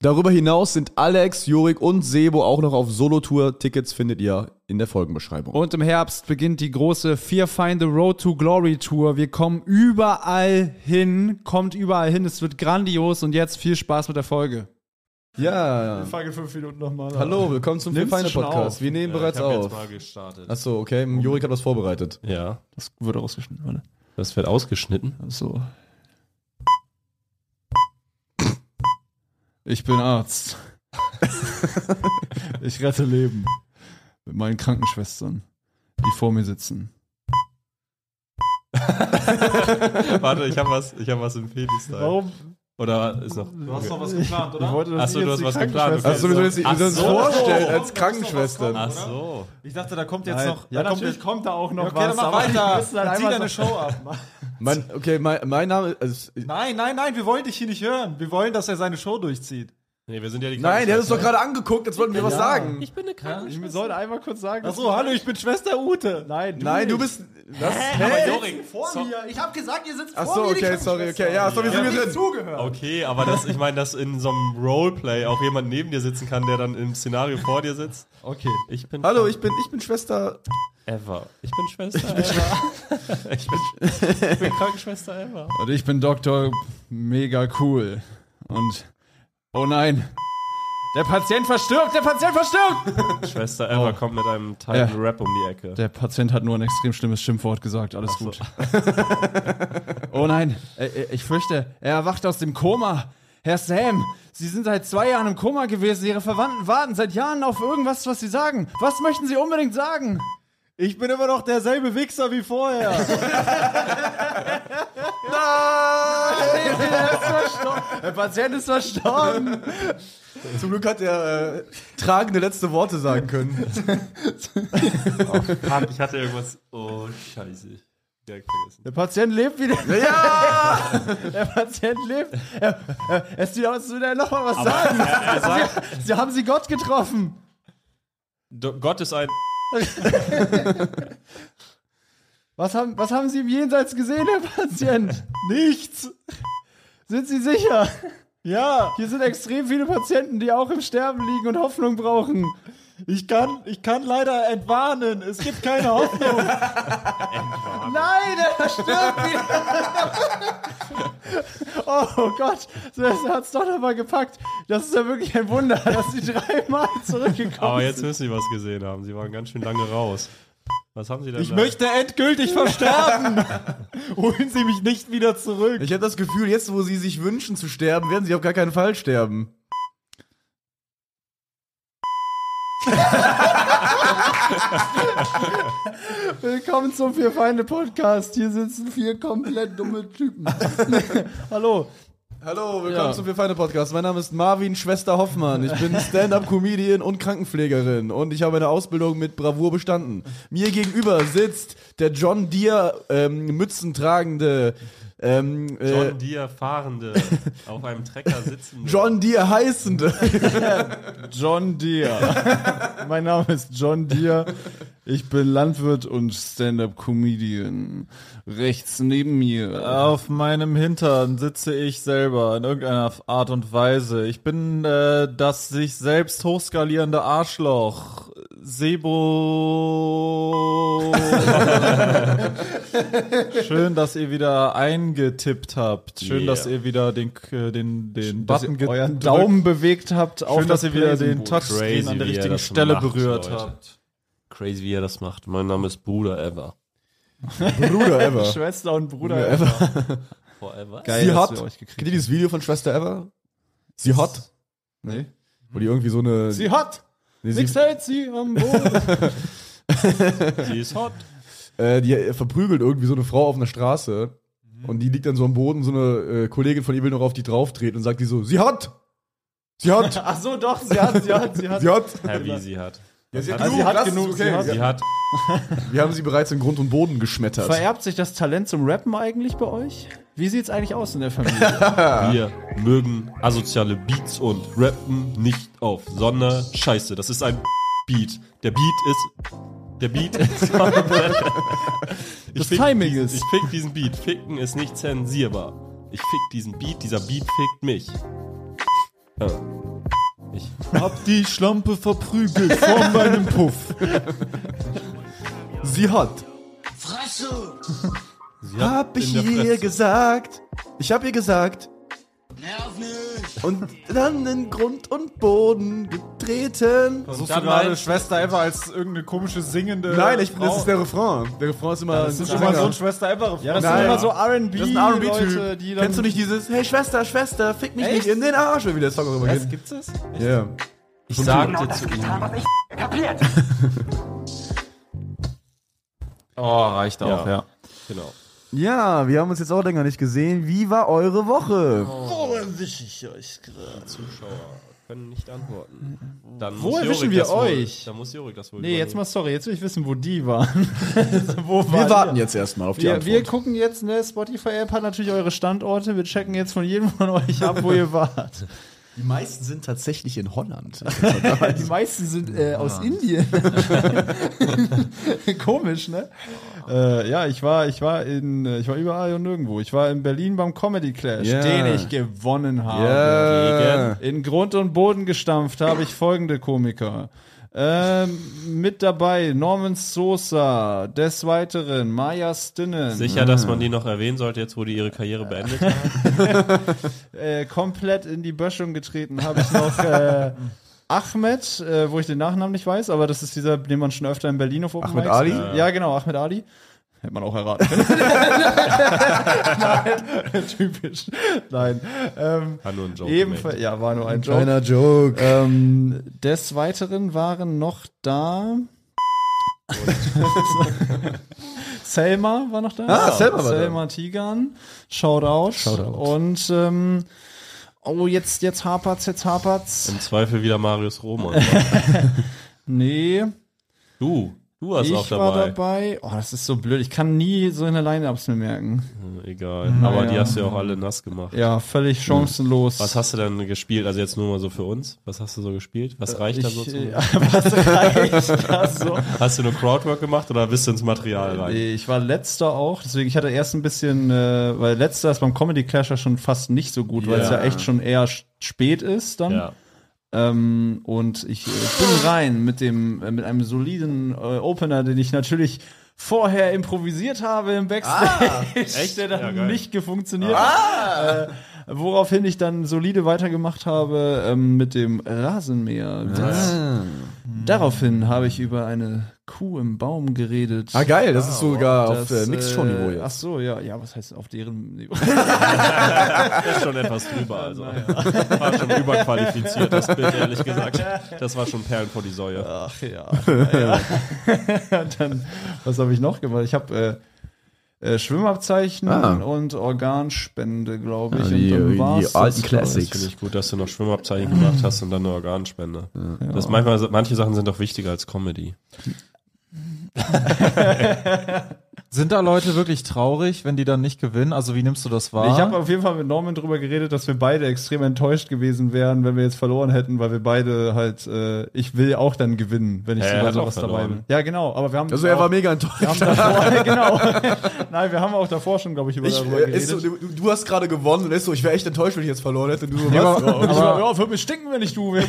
Darüber hinaus sind Alex, Jurik und Sebo auch noch auf Solo-Tour. Tickets findet ihr in der Folgenbeschreibung. Und im Herbst beginnt die große Fear Find the Road to Glory Tour. Wir kommen überall hin, kommt überall hin. Es wird grandios und jetzt viel Spaß mit der Folge. ja, Frage fünf Minuten nochmal. hallo, willkommen zum Nimmst du Feine schon Podcast. auf? Wir nehmen bereits ich hab Jetzt auf. mal gestartet. Achso, okay, Jurik hat was vorbereitet. Ja, Das wurde rausgeschnitten, oder? das wird ausgeschnitten. So. Ich bin Arzt. ich rette Leben. Mit meinen Krankenschwestern, die vor mir sitzen. Warte, ich habe was, ich hab was im Baby-Style. Warum? Oder ist noch. Du hast doch was geplant, oder? Achso, du hast was geplant. Achso, wir sollen uns Ach das so. vorstellen Da muss als doch was Krankenschwestern. Ach so. Ich dachte, da kommt jetzt Nein. noch. Ja, da kommt natürlich jetzt, kommt da auch noch okay, was. dann mach aber wir müssen weiter. halt Zieh einmal deine so- Show ab. Mann. Mein, okay, mein, mein Name also, ist. Nein, nein, nein, wir wollen dich hier nicht hören. Wir wollen, dass er seine Show durchzieht. Nee, wir sind ja die Nein, der hat uns doch gerade angeguckt, jetzt wollten wir was sagen. Ich soll einmal kurz sagen. dass- Achso, hallo, ich bin Schwester Ute. Nein, du Nein, du nicht. bist. Was? Aber Hä? Jorik, Vor so- mir. Ich hab gesagt, ihr sitzt vor Achso, mir. okay, sorry, okay. Ja, sorry, Ich sind hab wir nicht drin. zugehört. Okay, aber das, ich meine, dass in so einem Roleplay auch jemand neben dir sitzen kann, der dann im Szenario vor dir sitzt. Okay. Ich bin Hallo, ich bin, ich bin Schwester. Eva. Ich bin Schwester Eva. ich, bin, ich bin Krankenschwester Eva. Und ich bin Doktor mega cool. Und oh nein. Der Patient verstirbt, der Patient verstirbt! Schwester Eva kommt mit einem Titan Rap um die Ecke. Der Patient hat nur ein extrem schlimmes Schimpfwort gesagt, alles gut. oh nein, Äh, äh, ich fürchte, er erwacht aus dem Koma. Herr Sam, Sie sind seit zwei Jahren im Koma gewesen. Ihre Verwandten warten seit Jahren auf irgendwas, was Sie sagen. Was möchten Sie unbedingt sagen? Ich bin immer noch derselbe Wichser wie vorher. Der Patient ist verstorben. Zum Glück hat er äh, tragende letzte Worte sagen können. Fuck, ich hatte irgendwas. Oh, scheiße. Direkt vergessen. Der Patient lebt wieder. Ja! Der Patient lebt. Er, er, es sieht aus, als würde er nochmal was sagen. sie, sie haben sie Gott getroffen. Do Gott ist ein. Was haben, was haben sie im Jenseits gesehen, Herr Patient? Nichts. Sind Sie sicher? ja, Hier sind extrem viele Patienten, die auch im Sterben liegen und Hoffnung brauchen. ich kann, ich kann leider entwarnen. Es gibt keine Hoffnung. Nein, er stirbt wieder. Oh Gott, das hat's doch nochmal gepackt. Das ist ja wirklich ein Wunder, dass sie dreimal zurückgekommen Aber jetzt müssen Sie was gesehen haben. Sie waren ganz schön lange raus. Was haben Sie denn Ich da? möchte endgültig versterben. Holen Sie mich nicht wieder zurück. Ich habe das Gefühl, jetzt, wo sie sich wünschen zu sterben, werden sie auf gar keinen Fall sterben. Willkommen zum Vier Feinde Podcast. Hier sitzen vier komplett dumme Typen. Hallo. Hallo, willkommen Ja. zum Wir Feine Podcast. Mein Name ist Marvin Schwester Hoffmann. Ich bin Stand-up-Comedian und Krankenpflegerin und ich habe eine Ausbildung mit Bravour bestanden. Mir gegenüber sitzt der John Deere ähm, Mützentragende ähm, äh, John Deere fahrende, auf einem Trecker sitzende. John Deere heißende. John Deere. mein Name ist John Deere. Ich bin Landwirt und Stand-up-Comedian. Rechts neben mir. Auf meinem Hintern sitze ich selber in irgendeiner Art und Weise. Ich bin äh, das sich selbst hochskalierende Arschloch. Sebo. Schön, dass ihr wieder eingetippt habt. Schön, Yeah. dass ihr wieder den, äh, den, den Dass Button ihr euren gedrückt- Daumen bewegt habt auf Schön, dass das ihr wieder den Playmobil. Touchscreen Oh, Crazy, an der wie er richtigen das Stelle macht, berührt Leute. habt. Crazy, wie er das macht. Mein Name ist Bruder Ever. Bruder Ever. Schwester und Bruder. Bruder Ever. Forever? Geil, Sie dass hot. wir euch Kennt gekriegt ihr dieses Video von Schwester Ever? Sie hot? Nee. Wo die irgendwie so eine. Sie hat. nee, sie, Nix hält sie am Boden. Sie ist hot. äh, die verprügelt irgendwie so eine Frau auf einer Straße Mhm. und die liegt dann so am Boden, so eine äh, Kollegin von ihr will noch auf die drauftreten und sagt die so, sie hat! Sie hat! Ach so, doch. Sie hat, sie hat, sie hat. sie hat! Hä, wie sie hat. Ja, sie hat Also sie genug, hat das ist genug, sie okay. hat, sie hat. Wir haben sie bereits in Grund und Boden geschmettert. Vererbt sich das Talent zum Rappen eigentlich bei euch? Wie sieht's eigentlich aus in der Familie? Wir mögen asoziale Beats und rappen nicht auf Sonderscheiße. Das ist ein Beat. Der Beat ist. Der Beat ist. Ich Das fick Timing diesen, ist- Ich fick diesen Beat. Ficken ist nicht zensierbar. Ich fick diesen Beat. Dieser Beat fickt mich. Ja. Ich. Hab die Schlampe verprügelt von meinem Puff. Sie hat. Fresse! Sie hat Hab ich in der ihr Fresse. gesagt. Ich hab ihr gesagt. Nerv nicht! Und dann in Grund und Boden getreten. Versuchst dann du gerade meinst- Schwester Eva als irgendeine komische singende. Nein, ich, Frau? das ist der Refrain. Der Refrain ist immer. Das ist ein immer Sänger. so ein Schwester Eva. Ja, das Nein. RB. Das ist ein RB-Typ. Kennst du nicht dieses, hey Schwester, Schwester, fick mich nicht in den Arsch, wenn wie der Song darüber geht? Gibt's das? Ja. Ich sagte Genau zu das ihm. getan, was ich kapiert! Oh, reicht auch, Ja. ja. Genau. ja, wir haben uns jetzt auch länger nicht gesehen. Wie war eure Woche? Wo erwische ich euch gerade? Zuschauer können nicht antworten. Dann Wo muss Jorik erwischen wir das wohl- euch? Dann muss Jorik das wohl. Nee, jetzt mal sorry, jetzt will ich wissen, wo die waren. wo Wir waren warten jetzt erstmal auf die Wir, Antwort. wir gucken jetzt, ne, Spotify-App hat natürlich eure Standorte. Wir checken jetzt von jedem von euch ab, wo ihr wart. die meisten sind tatsächlich in Holland. Die meisten sind äh, aus Indien. Komisch, ne? Äh, ja, ich war, ich war in, äh, ich war überall und nirgendwo. Ich war in Berlin beim Comedy Clash, Ja. den ich gewonnen habe. Ja. In Grund und Boden gestampft habe ich folgende Komiker. Ähm, mit dabei Norman Sosa, des Weiteren Maya Stinnen. Sicher, dass man die noch erwähnen sollte, jetzt wo die ihre Karriere beendet haben. äh, komplett in die Böschung getreten habe ich noch äh, Ahmed, äh, wo ich den Nachnamen nicht weiß, aber das ist dieser, den man schon öfter in Berlin auf Open Ahmed Mics- Ali? Ja, genau, Ahmed Ali. Hätte man auch erraten können. Nein, typisch. Nein. Ähm, Hat nur einen Joke ebenfalls, ja, war nur ein Joke. Kleiner Joke. Ähm, des Weiteren waren noch da. Selma war noch da. Ah, Selma war da. Selma Tigan. Shoutout. Shoutout. Und ähm, oh, jetzt, jetzt hapert's, jetzt hapert's. Im Zweifel wieder Marius Roman. Nee, Du, du warst auch ich war dabei. dabei. Oh, das ist so blöd. Ich kann nie so eine Line-Ups mehr merken. Hm, Egal. Aber die hast du ja auch alle nass gemacht. Ja, völlig chancenlos. Hm. Was hast du denn gespielt? Also jetzt nur mal so für uns. Was hast du so gespielt? Was reicht da so ich, zum? äh, was reicht da so? Hast du nur Crowdwork gemacht oder bist du ins Material rein? Nee, ich war letzter auch, deswegen ich hatte erst ein bisschen, äh, weil letzter ist beim Comedy Clash ja schon fast nicht so gut, weil es ja Ja. echt schon eher sch- spät ist dann. Ja. Ähm, und ich äh, bin rein mit dem äh, mit einem soliden äh, Opener, den ich natürlich vorher improvisiert habe im Backstage, echt? der dann Ah, Ja, geil. Ah. nicht gefunktioniert hat. Äh, woraufhin ich dann solide weitergemacht habe ähm, mit dem Rasenmäher. Daraufhin habe ich über eine Kuh im Baum geredet. ah, geil, das ist sogar Das, auf äh, Mixed-Show-Niveau Ach jetzt. so, ja, ja, was heißt auf deren Niveau? Ist schon etwas drüber, also. War schon überqualifiziert, das Bild, ehrlich gesagt. Das war schon Perlen vor die Säue. Ach ja. ja. Dann, was habe ich noch gemacht? Ich habe äh, äh, Schwimmabzeichen Ah. und Organspende, glaube ich. Ah, und die- dann die war's alten das, glaub ich. Classics. Finde ich gut, dass du noch Schwimmabzeichen gemacht hast und dann eine Organspende. Das manchmal, manche Sachen sind doch wichtiger als Comedy. Sind da Leute wirklich traurig, wenn die dann nicht gewinnen? Also wie nimmst du das wahr? Ich habe auf jeden Fall mit Norman drüber geredet, dass wir beide extrem enttäuscht gewesen wären, wenn wir jetzt verloren hätten, weil wir beide halt, äh, ich will auch dann gewinnen, wenn ich Ja, er sogar hat auch sowas dabei verloren. bin. Ja, genau, aber wir haben Also er war auch, mega enttäuscht. wir haben davor, genau. Nein, wir haben auch davor schon, glaube ich, über Ich, darüber äh, geredet. ist so, du, du hast gerade gewonnen und ist so, ich wäre echt enttäuscht, wenn ich jetzt verloren hätte. Du, so, was? aber- Ich aber- war, ja, würde mich stinken, wenn ich du wäre.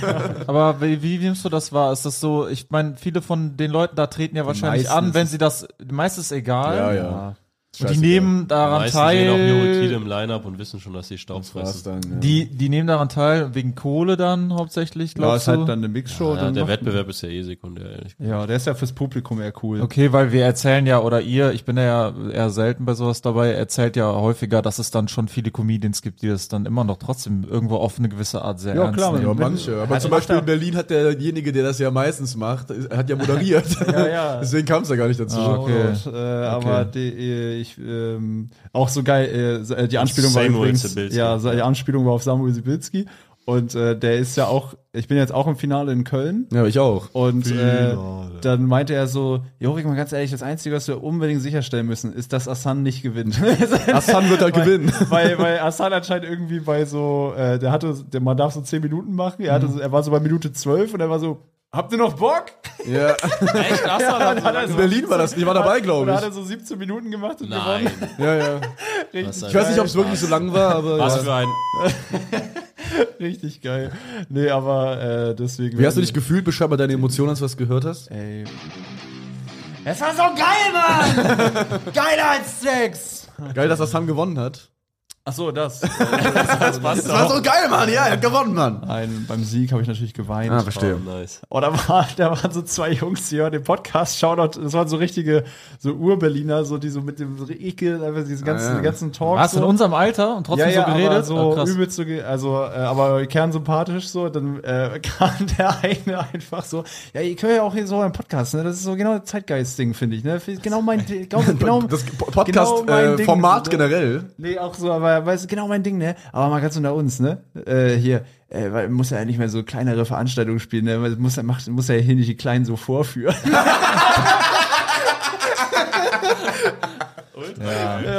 Aber wie, wie nimmst du das wahr? Ist das so, ich meine, viele von den Leuten da treten ja wahrscheinlich meisten an, wenn sie das, meistens egal. Ja, ja. Und die nehmen daran Meistens sehen auch Neurotiere teil. im Line-Up und wissen schon, dass sie Staub Was fressen. dann? Ja. Die, die nehmen daran teil, wegen Kohle dann hauptsächlich, Ja, glaubst ist halt du? dann eine Mixshow. Ja, dann der macht- Wettbewerb ist ja eh sekundär, ehrlich gesagt. Ja, der ist ja fürs Publikum eher cool. Okay, weil wir erzählen ja, oder ihr, ich bin ja eher selten bei sowas dabei, erzählt ja häufiger, dass es dann schon viele Comedians gibt, die das dann immer noch trotzdem irgendwo auf eine gewisse Art sehr Ja, ernst klar, nehmen. Ja, manche. Aber zum Beispiel in Berlin hat derjenige, der das ja meistens macht, ist- hat ja moderiert. ja. Deswegen kam es ja gar nicht dazu. Ah, okay. Shoutout, äh, Aber die, äh, ich, ähm, auch so geil, äh, so, äh, die Anspielung Samuel war übrigens, Sibilski. ja, so, die Anspielung war auf Samuel Sibilski Und äh, der ist ja auch, ich bin jetzt auch im Finale in Köln. Ja, ich auch. Und äh, dann meinte er so, Jorik, mal ganz ehrlich, das Einzige, was wir unbedingt sicherstellen müssen, ist, dass Assan nicht gewinnt. Hassan wird halt gewinnen. weil, weil Assan anscheinend irgendwie bei so, äh, der hatte, der, man darf so 10 Minuten machen, er, hatte Mhm. so, er war so bei Minute 12 und er war so, habt ihr noch Bock? Ja. Echt? Assan hat, hat er also In so, Berlin war das, ich war dabei, glaube und hat ich. er so 17 Minuten gemacht und Nein. gewonnen. Ja, ja. Richtig, Ich weiß nicht, ob es wirklich so lang war, aber. Was Ja. für ein. richtig geil. Nee, aber äh, deswegen. Wie hast du dich gefühlt? Beschreib mal deine Emotionen, als du was gehört hast. Ey. Es war so geil, Mann! Geiler als Sex! Geil, dass Hassan gewonnen hat. Ach so, das. Das war so geil, Mann. Ja, er hat gewonnen, Mann. Ein, beim Sieg habe ich natürlich geweint. verstehe. Nice. Und Oh, da, war, da waren so zwei Jungs, die hören den Podcast, schauen und das waren so richtige, so Ur-Berliner, so die so mit dem Ekel, einfach diesen ganzen, Ah, ja. ganzen Talk. Was, so. in unserem Alter und trotzdem so aber geredet? so Ah, krass. übelst so, ge- also, äh, aber kernsympathisch so, dann äh, kam der eine einfach so, ja, ich höre ja auch hier so einen Podcast, ne, das ist so genau das Zeitgeist-Ding, finde ich, ne, Find ich genau mein, genau, genau, Das äh, Po- mein Ding, Podcast-Format so, ne? generell. Nee, auch so, aber weißt du, genau mein Ding, ne? Aber mal ganz unter uns, ne? Äh, hier, äh, weil muss ja nicht mehr so kleinere Veranstaltungen spielen, ne? Weil Muss, ja- macht, muss ja hier nicht die Kleinen so vorführen.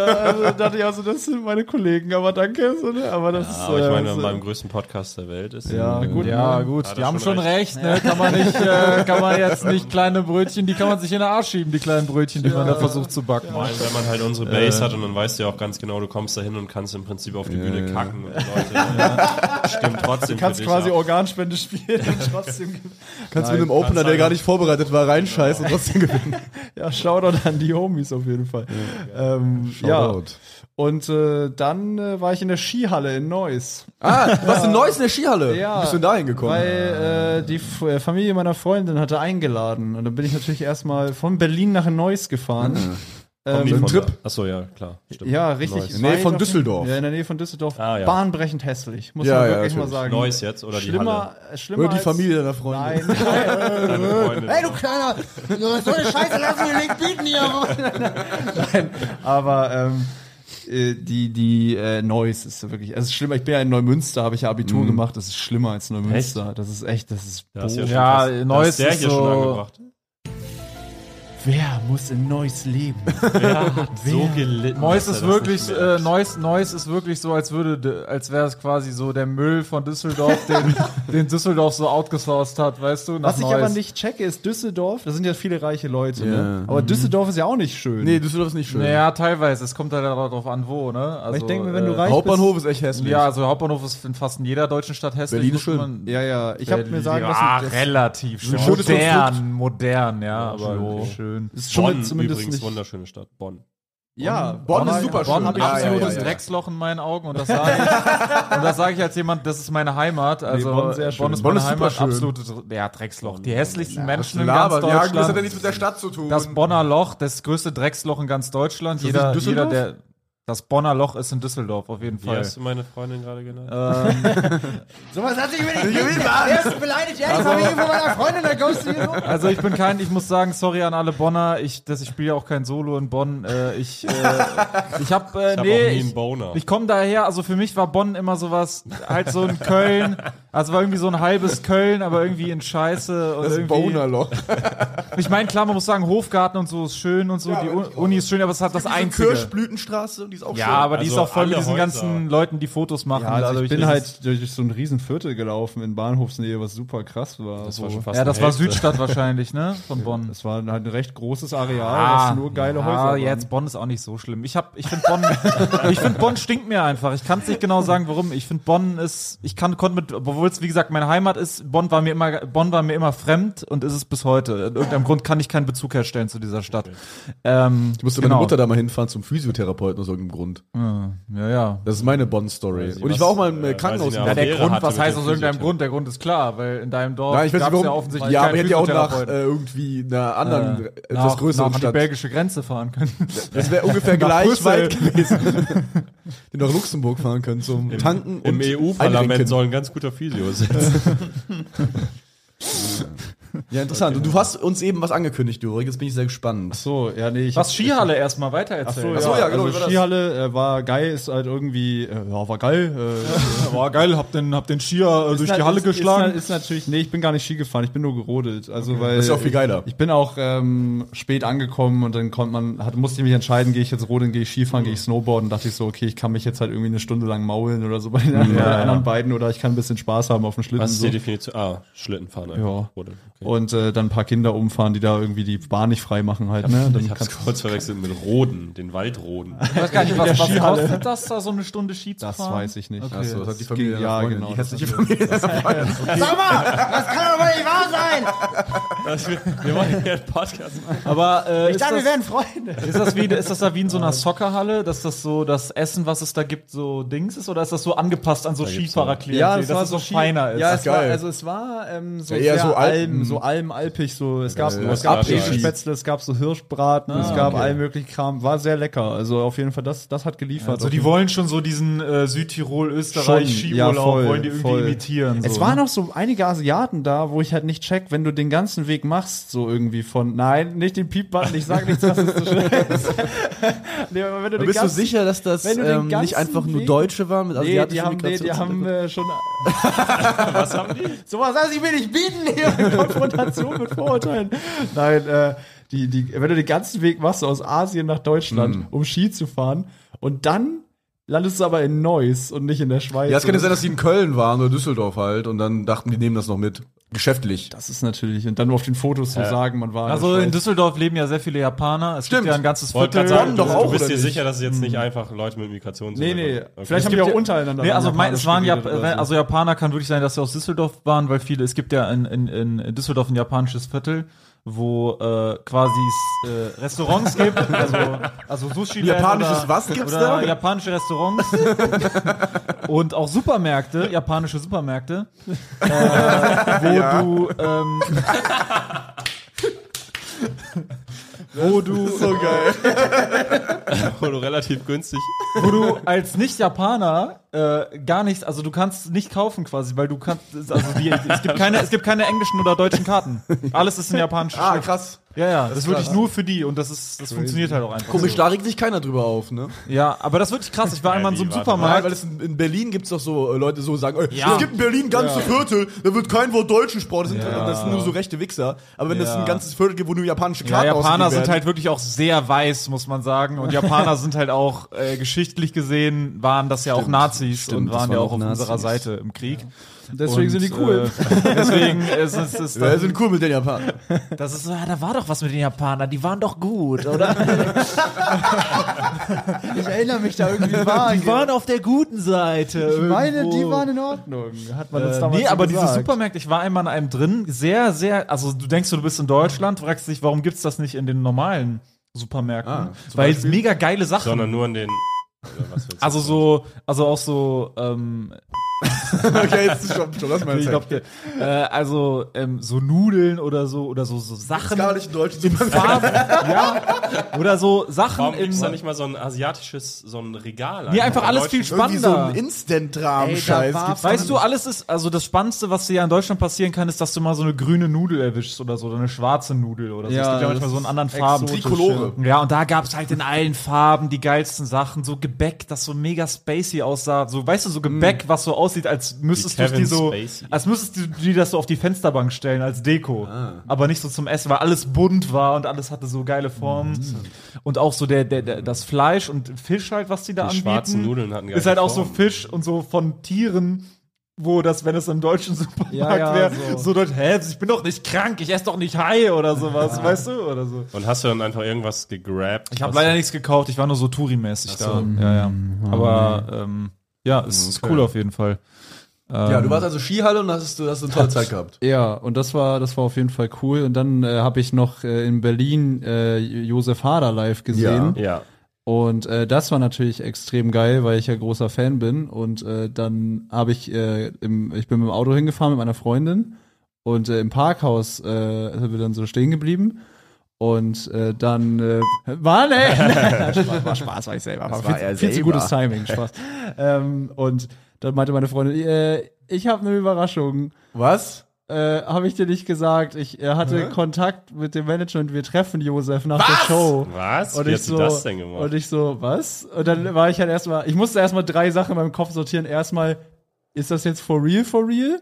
Ja, also dachte ich, also das sind meine Kollegen, aber danke. So, ne? Aber das ist. Aber ich äh, meine, so, beim größten Podcast der Welt ist. ja, gut. Ja, ne? gut, Hat die er haben schon schon recht, ne? Kann man nicht, äh, kann man jetzt nicht kleine Brötchen, die kann man sich in den Arsch schieben, die kleinen Brötchen, die man da versucht zu backen. Vor allem, wenn man halt unsere Base hat und dann weißt du ja auch ganz genau, du kommst da hin und kannst im Prinzip auf die Bühne kacken und Leute ne? stimmt trotzdem Du kannst für dich quasi ab. Organspende spielen und trotzdem. gewinnen. Kannst mit einem Opener, der gar nicht vorbereitet war, reinscheißen und trotzdem gewinnen. ja, Shoutout an die Homies auf jeden Fall. Ja, ähm, ja. Shoutout. und äh, dann äh, war ich in der Skihalle in Neuss. Ah, du warst in Neuss in der Skihalle. Ja. Wie bist du denn dahin gekommen? Weil äh, die F äh, Familie meiner Freundin hatte eingeladen und dann bin ich natürlich erstmal von Berlin nach Neuss gefahren. Kommen die Ähm, von Trip. da? Achso, ja, klar. Stimmt. ja, richtig. Neues. In der Nähe weit von auf den- Düsseldorf. Ja, in der Nähe von Düsseldorf. Ah, ja. Bahnbrechend hässlich, muss Ja, man ja, wirklich mal natürlich. sagen. Neues jetzt oder schlimmer, äh, schlimmer Oder die als- Familie deiner Freundin. Nein, nein, die Halle? Deine Äh, Freundin. Kleiner, so eine Scheiße lassen wir nicht bieten hier. aber ähm, äh, die, die äh, Neuss ist wirklich, es ist schlimmer. Ich bin ja in Neumünster, habe ich ja Mhm. Abitur gemacht, das ist schlimmer als Neumünster. Das ist echt, das ist Das ist ja, Ja, Bo- schon äh, fast- da Neues ist der ist hier so- schon angebracht. Wer muss in Neuss leben? So gelitten. Neues dass ist er das wirklich, nicht merkt. äh, Neues, Neues ist wirklich so, als würde, de- als wäre es quasi so der Müll von Düsseldorf, den, den Düsseldorf so outgesourced hat, weißt du? nach Was ich Neuss. aber nicht checke, ist Düsseldorf. Da sind ja viele reiche Leute, ne? Ja. Aber Düsseldorf ist ja auch nicht schön. Nee, Düsseldorf ist nicht schön. Naja, teilweise. Es kommt halt darauf an, wo, ne? Also, ich denk mir, wenn du reich- Hauptbahnhof ist echt hässlich. Ja, also Hauptbahnhof ist in fast in jeder deutschen Stadt hässlich. Berlin ist muss schön. man- Ja, ja. Ich habe mir sagen ja, lassen, das relativ schön. schönes Modern, modern, ja, aber jo. schön. ist schon Bonn mal zumindest übrigens, nicht. wunderschöne Stadt. Bonn. Ja, Bonn ist super Bonn schön. ein Ja, ja, absolutes ja, ja. Drecksloch in meinen Augen und das sage ich, und das sage ich als jemand, das ist meine Heimat. Also Nee, Bonn Bonn, sehr schön. ist Bonn meine ist super Heimat, schön. absolutes Dr- ja, Drecksloch. Die hässlichsten Menschen in ganz Laber. Ja, das hat ja Deutschland. nichts mit der Stadt zu tun. Das Bonner Loch, das größte Drecksloch in ganz Deutschland. Ist das Jeder, nicht jeder, Düsseldorf? der das Bonner Loch ist in Düsseldorf auf jeden Wie Fall. hast du meine Freundin gerade genannt? Äh, Sowas hat sich mir nicht gewinnt, Mann. Er ist beleidigt, ja, ich habe irgendwo meiner Freundin, da kommst du hier so. Also ich bin kein, ich muss sagen, sorry an alle Bonner, ich, das, ich spiele ja auch kein Solo in Bonn. Äh, ich, äh, ich habe, äh, hab nee, auch nie einen ich- Boner. Ich komme daher, also für mich war Bonn immer sowas, halt so ein Köln, also war irgendwie so ein halbes Köln, aber irgendwie in Scheiße und Das irgendwie. Bonerloch. Ich meine, klar, man muss sagen, Hofgarten und so ist schön und so, die Un- Uni ist schön, aber es hat das einzige. Kirschblütenstraße, die ist auch Ja, aber die Also ist auch voll mit alle diesen ganzen Leuten, die Fotos machen. Ja, also dadurch ich bin ist- halt durch so ein riesen Viertel gelaufen in Bahnhofsnähe, was super krass war. Das so. war schon fast Ja, das war die Hälfte. Südstadt wahrscheinlich, ne? Von Bonn. das war halt ein recht großes Areal, Ah, was nur geile Ah, ja, Häuser waren. jetzt Bonn ist auch nicht so schlimm. Ich hab, ich finde Bonn, ich finde Bonn stinkt mir einfach. Ich kann es nicht genau sagen, warum. Ich finde Bonn ist, ich kann konnte mit, obwohl es wie gesagt meine Heimat ist, Bonn war mir immer, Bonn war mir immer fremd und ist es bis heute. In irgendeinem Grund kann ich keinen Bezug herstellen zu dieser Stadt. Ähm, Ich musste meine Mutter da mal hinfahren zum Physiotherapeuten aus irgendeinem Grund. Ja, ja. Das ist meine Bonn-Story. sie Und ich was, war auch mal im äh, äh, weil Krankenhaus. sie in eine Ja, der Affäre Grund, hatte was mit heißt dem aus irgendeinem Physiotherapeuten. Grund? Der Grund ist klar, weil in deinem Dorf Ja, ich weiß nicht gab's ja warum. offensichtlich ja, keinen aber hätte ja auch nach Physiotherapeuten. äh, irgendwie einer anderen, Äh, etwas nach- größeren nach an die Stadt. belgische Grenze fahren können. Das wäre ungefähr Nach gleich Brüssel. weit gewesen. die nach Luxemburg fahren können zum Tanken Im E und EU-Parlament Einrenken. soll ein ganz guter Physio sitzen. Ja, interessant. Und du hast uns eben was angekündigt, Durik. Jetzt bin ich sehr gespannt. So, ja, nee, ich Was Skihalle erstmal weitererzählen. Ach so, ja, genau, wie war Also das? Skihalle äh, war geil, ist halt irgendwie, äh, ja, war geil, äh, war geil, hab den, hab den Skier äh, durch die Halle geschlagen. Ist, natürlich, nee, ich bin gar nicht Ski gefahren, ich bin nur gerodelt. Also, weil Das ist ja auch viel geiler. Ich bin auch ähm, spät angekommen und dann konnte man, hat, musste ich mich entscheiden, gehe ich jetzt rodeln, gehe ich Skifahren, gehe ich Snowboarden. Dachte ich so, okay, ich kann mich jetzt halt irgendwie eine Stunde lang maulen oder so bei den anderen beiden oder ich kann ein bisschen Spaß haben auf dem Schlitten. Was ist so. die Definition? Ah, Schlittenfahren. Ja. Oder, okay. Und äh, dann ein paar Kinder umfahren, die da irgendwie die Bahn nicht frei machen halt. Ne? Dann Ich hab's kurz verwechselt mit Roden, den Waldroden. Ich weiß gar nicht, was, was kostet das, da so eine Stunde Ski zu das fahren? weiß ich nicht. Achso, das hat die Das Familie. ging- deiner ja, Freundin, genau, Die das hässliche Familie. Sag mal, das kann doch wohl nicht wahr sein. Das, wir, wir machen hier einen Podcast. Aber äh, Ich ist, dachte, wir das, wären Freunde. ist, das wie, ist das da wie in so einer Soccerhalle, dass das so das Essen, was es da gibt, so Dings ist? Oder ist das so angepasst an so gibt's Skifahrerklienten, Ja, das dass war es so so Ski- feiner ist? Ja, es war, geil. also es war ähm, so Ja, eher sehr so Alpen. Alpen, so almalpig, so es gab, es das gab war frische geil. Spätzle, es gab so Hirschbraten, es gab all möglichen Kram, war sehr lecker. Also auf jeden Fall, das, das hat geliefert. Also die wollen schon so diesen äh, Südtirol-Österreich-Skiurlaub, ja, voll, wollen die irgendwie voll. imitieren. So. Es ne? waren auch so einige Asiaten da, wo ich halt nicht check, wenn du den ganzen Weg machst, so irgendwie von, nein, nicht den Piep-Button, ich sag nichts, das ist so schön. nee, aber wenn du den Bist du ganzen- sicher, dass das wenn du den ähm, nicht ganzen einfach nur Weg- Deutsche waren mit Nee, die asiatischen haben, nee, die haben Migrationshintergrund? äh, schon. Was haben die? Sowas lasse ich mir nicht bieten hier in Konfrontation mit Vorurteilen. Nein, äh, die, die, wenn du den ganzen Weg machst aus Asien nach Deutschland, um Ski zu fahren, und dann landest du aber in Neuss und nicht in der Schweiz. Ja, es kann ja oder sein, dass die in Köln waren oder Düsseldorf halt und dann dachten, die nehmen das noch mit. Geschäftlich. Das ist natürlich. Und dann nur auf den Fotos zu sagen, man war. Also der in Schweiz. Düsseldorf leben ja sehr viele Japaner. Es Stimmt. gibt ja ein ganzes Wollte Viertel. gerade sagen, doch du, auch, du bist oder dir nicht? sicher, dass es jetzt nicht einfach Leute mit Migration sind? Nee, nee. Okay. Vielleicht haben die auch untereinander. Nee, dann also mein, es japanisch waren Jap geredet oder so. also Japaner kann wirklich sein, dass sie aus Düsseldorf waren, weil viele, es gibt ja in, in, in Düsseldorf ein japanisches Viertel, wo äh, quasi es, äh, Restaurants gibt, also, also Sushi Japanisches was gibt's da? oder japanische Restaurants und auch Supermärkte, japanische Supermärkte, äh, wo du ähm, wo du So Oh, geil. Wo du relativ günstig. wo du als Nicht-Japaner äh, gar nichts, also du kannst nicht kaufen quasi, weil du kannst, also die, es, gibt keine, es gibt keine englischen oder deutschen Karten. Alles ist in japanisch. Ah, krass. ja, ja, das ist wirklich nur für die und das ist, das funktioniert halt auch einfach. Komisch, da regt sich keiner drüber auf, ne? So. Ja, aber das ist wirklich krass. Ich war einmal in so einem wie, warte Nein, Supermarkt. weil es in, in Berlin gibt's doch so äh, Leute, so sagen, äh, Ja. es gibt in Berlin ganze Viertel, da wird kein Wort Deutsch gesprochen, das sind, das sind nur so rechte Wichser. Aber wenn das ein ganzes Viertel gibt, wo nur japanische Ja, Karten Japaner ausgegeben sind werden- halt wirklich auch sehr weiß, muss man sagen. Und Japaner sind halt auch äh, geschichtlich gesehen, waren das ja auch Nazis und waren ja auch auf unserer Seite im Krieg. Deswegen Und, sind die cool. Äh, deswegen ist es ist Ja, sind cool mit den Japanern. Das ist so, ja, da war doch was mit den Japanern, die waren doch gut, oder? ich erinnere mich da irgendwie war. Die waren auf der guten Seite. genau. Ich meine, die irgendwo. waren in Ordnung. Hat man uns Äh, damals nee, so aber gesagt. diese Supermärkte, ich war einmal in einem drin, sehr, sehr, also du denkst, du bist in Deutschland, fragst dich, warum gibt's das nicht in den normalen Supermärkten? Ah, Weil es mega geile Sachen. Sondern nur in den. Oder was willst du? also so, also auch so, ähm, Okay, jetzt ist schon, schon lass mal ich jetzt. glaub, äh, also ähm, so Nudeln oder so oder so, so Sachen Gar nicht in Deutsch. in Farben, ja, oder so Sachen Warum gibt es da in, nicht mal so ein asiatisches, so ein Regal? nee, einfach Bei alles viel Deutschen- spannender. Instant-Rahmen-Scheiß. gibt's Weißt du, alles ist, also das Spannendste, was dir ja in Deutschland passieren kann, ist, dass du mal so eine grüne Nudel erwischst oder so, oder eine schwarze Nudel oder so. Ja, es gibt ja das manchmal so in ist anderen Farben. exotisch, Trikolore. Ja, und da gab es halt in allen Farben die geilsten Sachen, so Gebäck, das so mega spacey aussah. So, weißt du, so Gebäck, was so aussieht, als müsstest Wie du die Kevin so, Spacey. als müsstest du die das so auf die Fensterbank stellen als Deko. Aber nicht so zum Essen, weil alles bunt war und alles hatte so geile Formen. Und auch so der, der, der, das Fleisch und Fisch halt, was die da Die anbieten. schwarzen Nudeln hatten gar Ist halt keine auch so Form. Fisch und so von Tieren, wo das, wenn es im deutschen Supermarkt Ja, ja, wäre, so. so. dort, hä, ich bin doch nicht krank, ich esse doch nicht Hai oder sowas, weißt du? Oder so. Und hast du dann einfach irgendwas gegrabt? Ich habe was- leider nichts gekauft, ich war nur so hm, Touri-mäßig da. Ja, ja. Aber ähm, ja, es ist cool auf jeden Fall. Ja, du warst also Skihalle und hast, du hast eine tolle Zeit gehabt. Ja, und das war das war auf jeden Fall cool. Und dann äh, habe ich noch äh, in Berlin äh, Josef Hader live gesehen. Ja. Und äh, das war natürlich extrem geil, weil ich ja großer Fan bin. Und äh, dann habe ich, äh, im, ich bin mit dem Auto hingefahren mit meiner Freundin und äh, im Parkhaus äh, sind wir dann so stehen geblieben. Und äh, dann äh, war ne, war, war Spaß, war ich selber. War viel, viel zu gutes Timing, Spaß. ähm, und dann meinte meine Freundin, äh, ich habe eine ne Überraschung. Was? äh, habe ich dir nicht gesagt. Ich äh, hatte Kontakt mit dem Manager und wir treffen Josef nach der Show. Was? Und Wie ich hat sie so, das denn gemacht? Und ich so, was? Und dann war ich halt erstmal, ich musste erstmal drei Sachen in meinem Kopf sortieren. Erstmal, ist das jetzt for real, for real?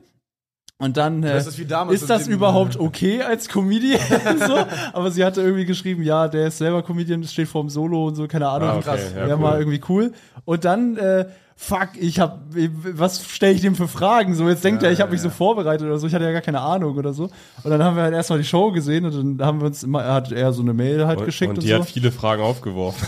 Und dann, äh, Das ist wie damals ist in das dem- ne? überhaupt okay als Comedian? so? Aber sie hatte irgendwie geschrieben, ja, der ist selber Comedian, steht vorm Solo und so, keine Ahnung. Ah, okay, Krass. ja, Wäre mal cool. irgendwie cool. Und dann, äh, fuck, ich hab, was stelle ich dem für Fragen? So, jetzt denkt er, ich habe mich so vorbereitet oder so, ich hatte ja gar keine Ahnung oder so. Und dann haben wir halt erstmal die Show gesehen und dann haben wir uns immer, er hat er so eine Mail halt geschickt und, und die so. hat viele Fragen aufgeworfen.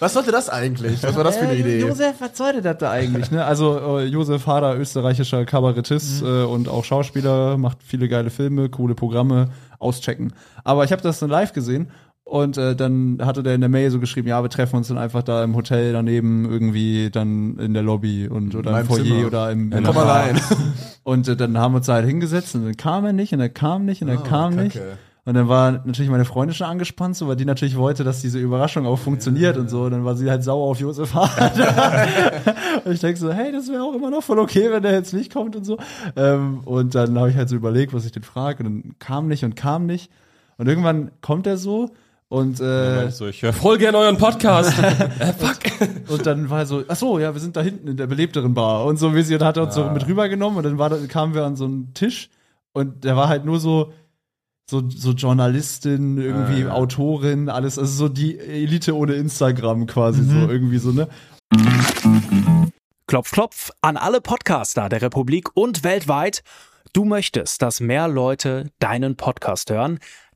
Was sollte das eigentlich? Was war das für eine Idee? Ähm, Josef, was sollte das da eigentlich? Ne? Also äh, Josef Hader, österreichischer Mhm. Kabarettist äh, und auch Schauspieler, macht viele geile Filme, coole Programme, auschecken. Aber ich habe das dann live gesehen und äh, dann hatte der in der Mail so geschrieben, ja, wir treffen uns dann einfach da im Hotel daneben irgendwie dann in der Lobby und oder im meinem Foyer Zimmer. oder im, in Komm mal rein. und äh, dann haben wir uns da halt hingesetzt und dann kam er nicht und er kam nicht und er kam Kacke. nicht. Und dann war natürlich meine Freundin schon angespannt, so, weil die natürlich wollte, dass diese Überraschung auch funktioniert und so. Und dann war sie halt sauer auf Josef Hader. und ich denke so, hey, das wäre auch immer noch voll okay, wenn der jetzt nicht kommt und so. Ähm, und dann habe ich halt so überlegt, was ich den frage. Und dann kam nicht und kam nicht. Und irgendwann kommt er so und äh, so, Also ich höre voll gerne euren Podcast. und dann war so, ach so, ja, wir sind da hinten in der belebteren Bar und so, wie sie, und hat er uns Ah. so mit rübergenommen und dann war, da- kamen wir an so einen Tisch und der war halt nur so, so, so Journalistin, Ah, irgendwie Autorin, alles, also so die Elite ohne Instagram quasi, Mhm. so irgendwie so, ne? Klopf, klopf an alle Podcaster der Republik und weltweit. Du möchtest, dass mehr Leute deinen Podcast hören?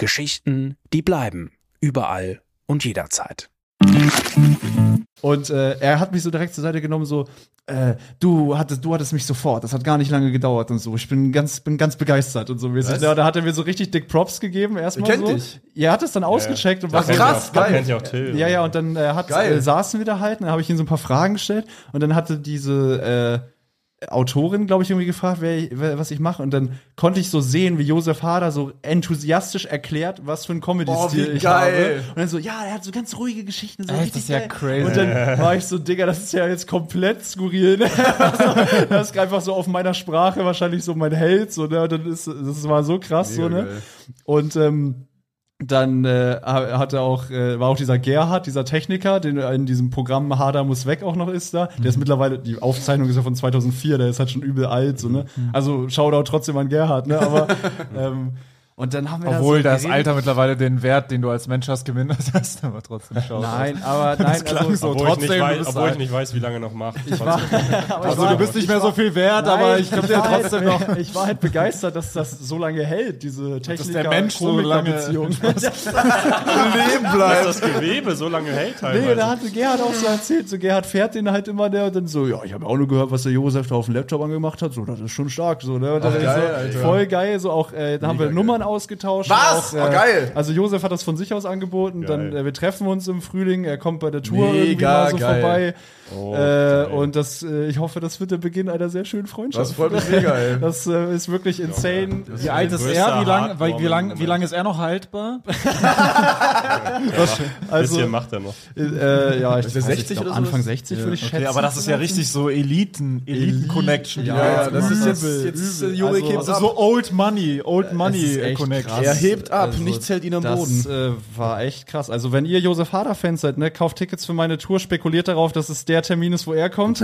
Geschichten, die bleiben. Überall und jederzeit. Und äh, er hat mich so direkt zur Seite genommen, so, äh, du hattest, du hattest mich sofort, das hat gar nicht lange gedauert und so. Ich bin ganz, bin ganz begeistert und so. Wir sind, ja, da hat er mir so richtig dick Props gegeben, erstmal. Er kennt so. dich. Er hat es dann ausgecheckt und war so, krass, Da geil. kennt ihr auch Till. Ja, ja, und dann äh, hat, Geil. äh, saßen wir da halt, und dann habe ich ihm so ein paar Fragen gestellt und dann hatte diese äh, Autorin, glaube ich, irgendwie gefragt, wer, ich- wer, was ich mache und dann konnte ich so sehen, wie Josef Hader so enthusiastisch erklärt, was für ein Comedy-Stil Oh, wie ich geil. habe. Und dann so, ja, er hat so ganz ruhige Geschichten. So Ey, richtig das ist ja geil. crazy. Und dann war ich so, Digga, das ist ja jetzt komplett skurril. Ne? Also, das ist einfach so auf meiner Sprache wahrscheinlich so mein Held. So, ne? Und dann ist, das war so krass. so, ne? Und ähm, dann äh, ha- hat er auch, äh, war auch dieser Gerhard, dieser Techniker, den er in diesem Programm Hader muss weg auch noch ist da. Der ist mittlerweile, die Aufzeichnung ist ja von 2004, der ist halt schon übel alt, so, ne? Also Shoutout trotzdem an Gerhard, ne? Aber ähm, und dann haben wir da Obwohl so das geredet. Alter mittlerweile den Wert, den du als Mensch hast, gewinnt hast, aber trotzdem schau. Nein, aber nein, also, so. obwohl trotzdem, ich nicht du weiß, bist obwohl ich alt. nicht weiß, wie lange noch macht. also du bist nicht mehr so viel wert, aber ich glaube dir trotzdem noch. Ich war halt begeistert, dass das so lange hält, diese Techniker der Mensch so lange- Beziehung. Leben dass bleibt. das Gewebe so lange hält Nee, da teilweise. hatte Gerhard auch so erzählt. So, Gerhard fährt den halt immer der und dann so, ja, ich habe auch nur gehört, was der Josef da auf dem Laptop angemacht hat. So, das ist schon stark. So, ne? Und dann geil, ich Alter. so, voll geil. So auch, äh, da haben wir Nummern ausgetauscht. Was? Auch, äh, Oh, geil. Also Josef hat das von sich aus angeboten. Dann, äh, wir treffen uns im Frühling. Er kommt bei der Tour Mega irgendwie mal so geil. vorbei. äh, und das, äh, ich hoffe, das wird der Beginn einer sehr schönen Freundschaft. Das freut mich mega, ey. Das äh, ist wirklich insane. Wie alt ist er? Wie lang, weil, wie, lang, wie lang ist er noch haltbar? Also, Also, Bisschen macht er noch. äh, ja, ich, der weiß nicht, 60 ich oder so? Anfang 60 würde ich schätzen. aber das ist ja richtig so Eliten, Eliten-Connection. Ja, ja, das ist jetzt, Übel, jetzt übel. äh, Juri Also- hebt Also ab. so Old Money, Old Es ist Money echt Connection. krass. er hebt ab, Also, nichts hält ihn am das, Boden. äh, war echt krass. Also wenn ihr Josef Hader-Fans seid, ne, kauft Tickets für meine Tour, spekuliert darauf, dass es der Termin ist, wo er kommt.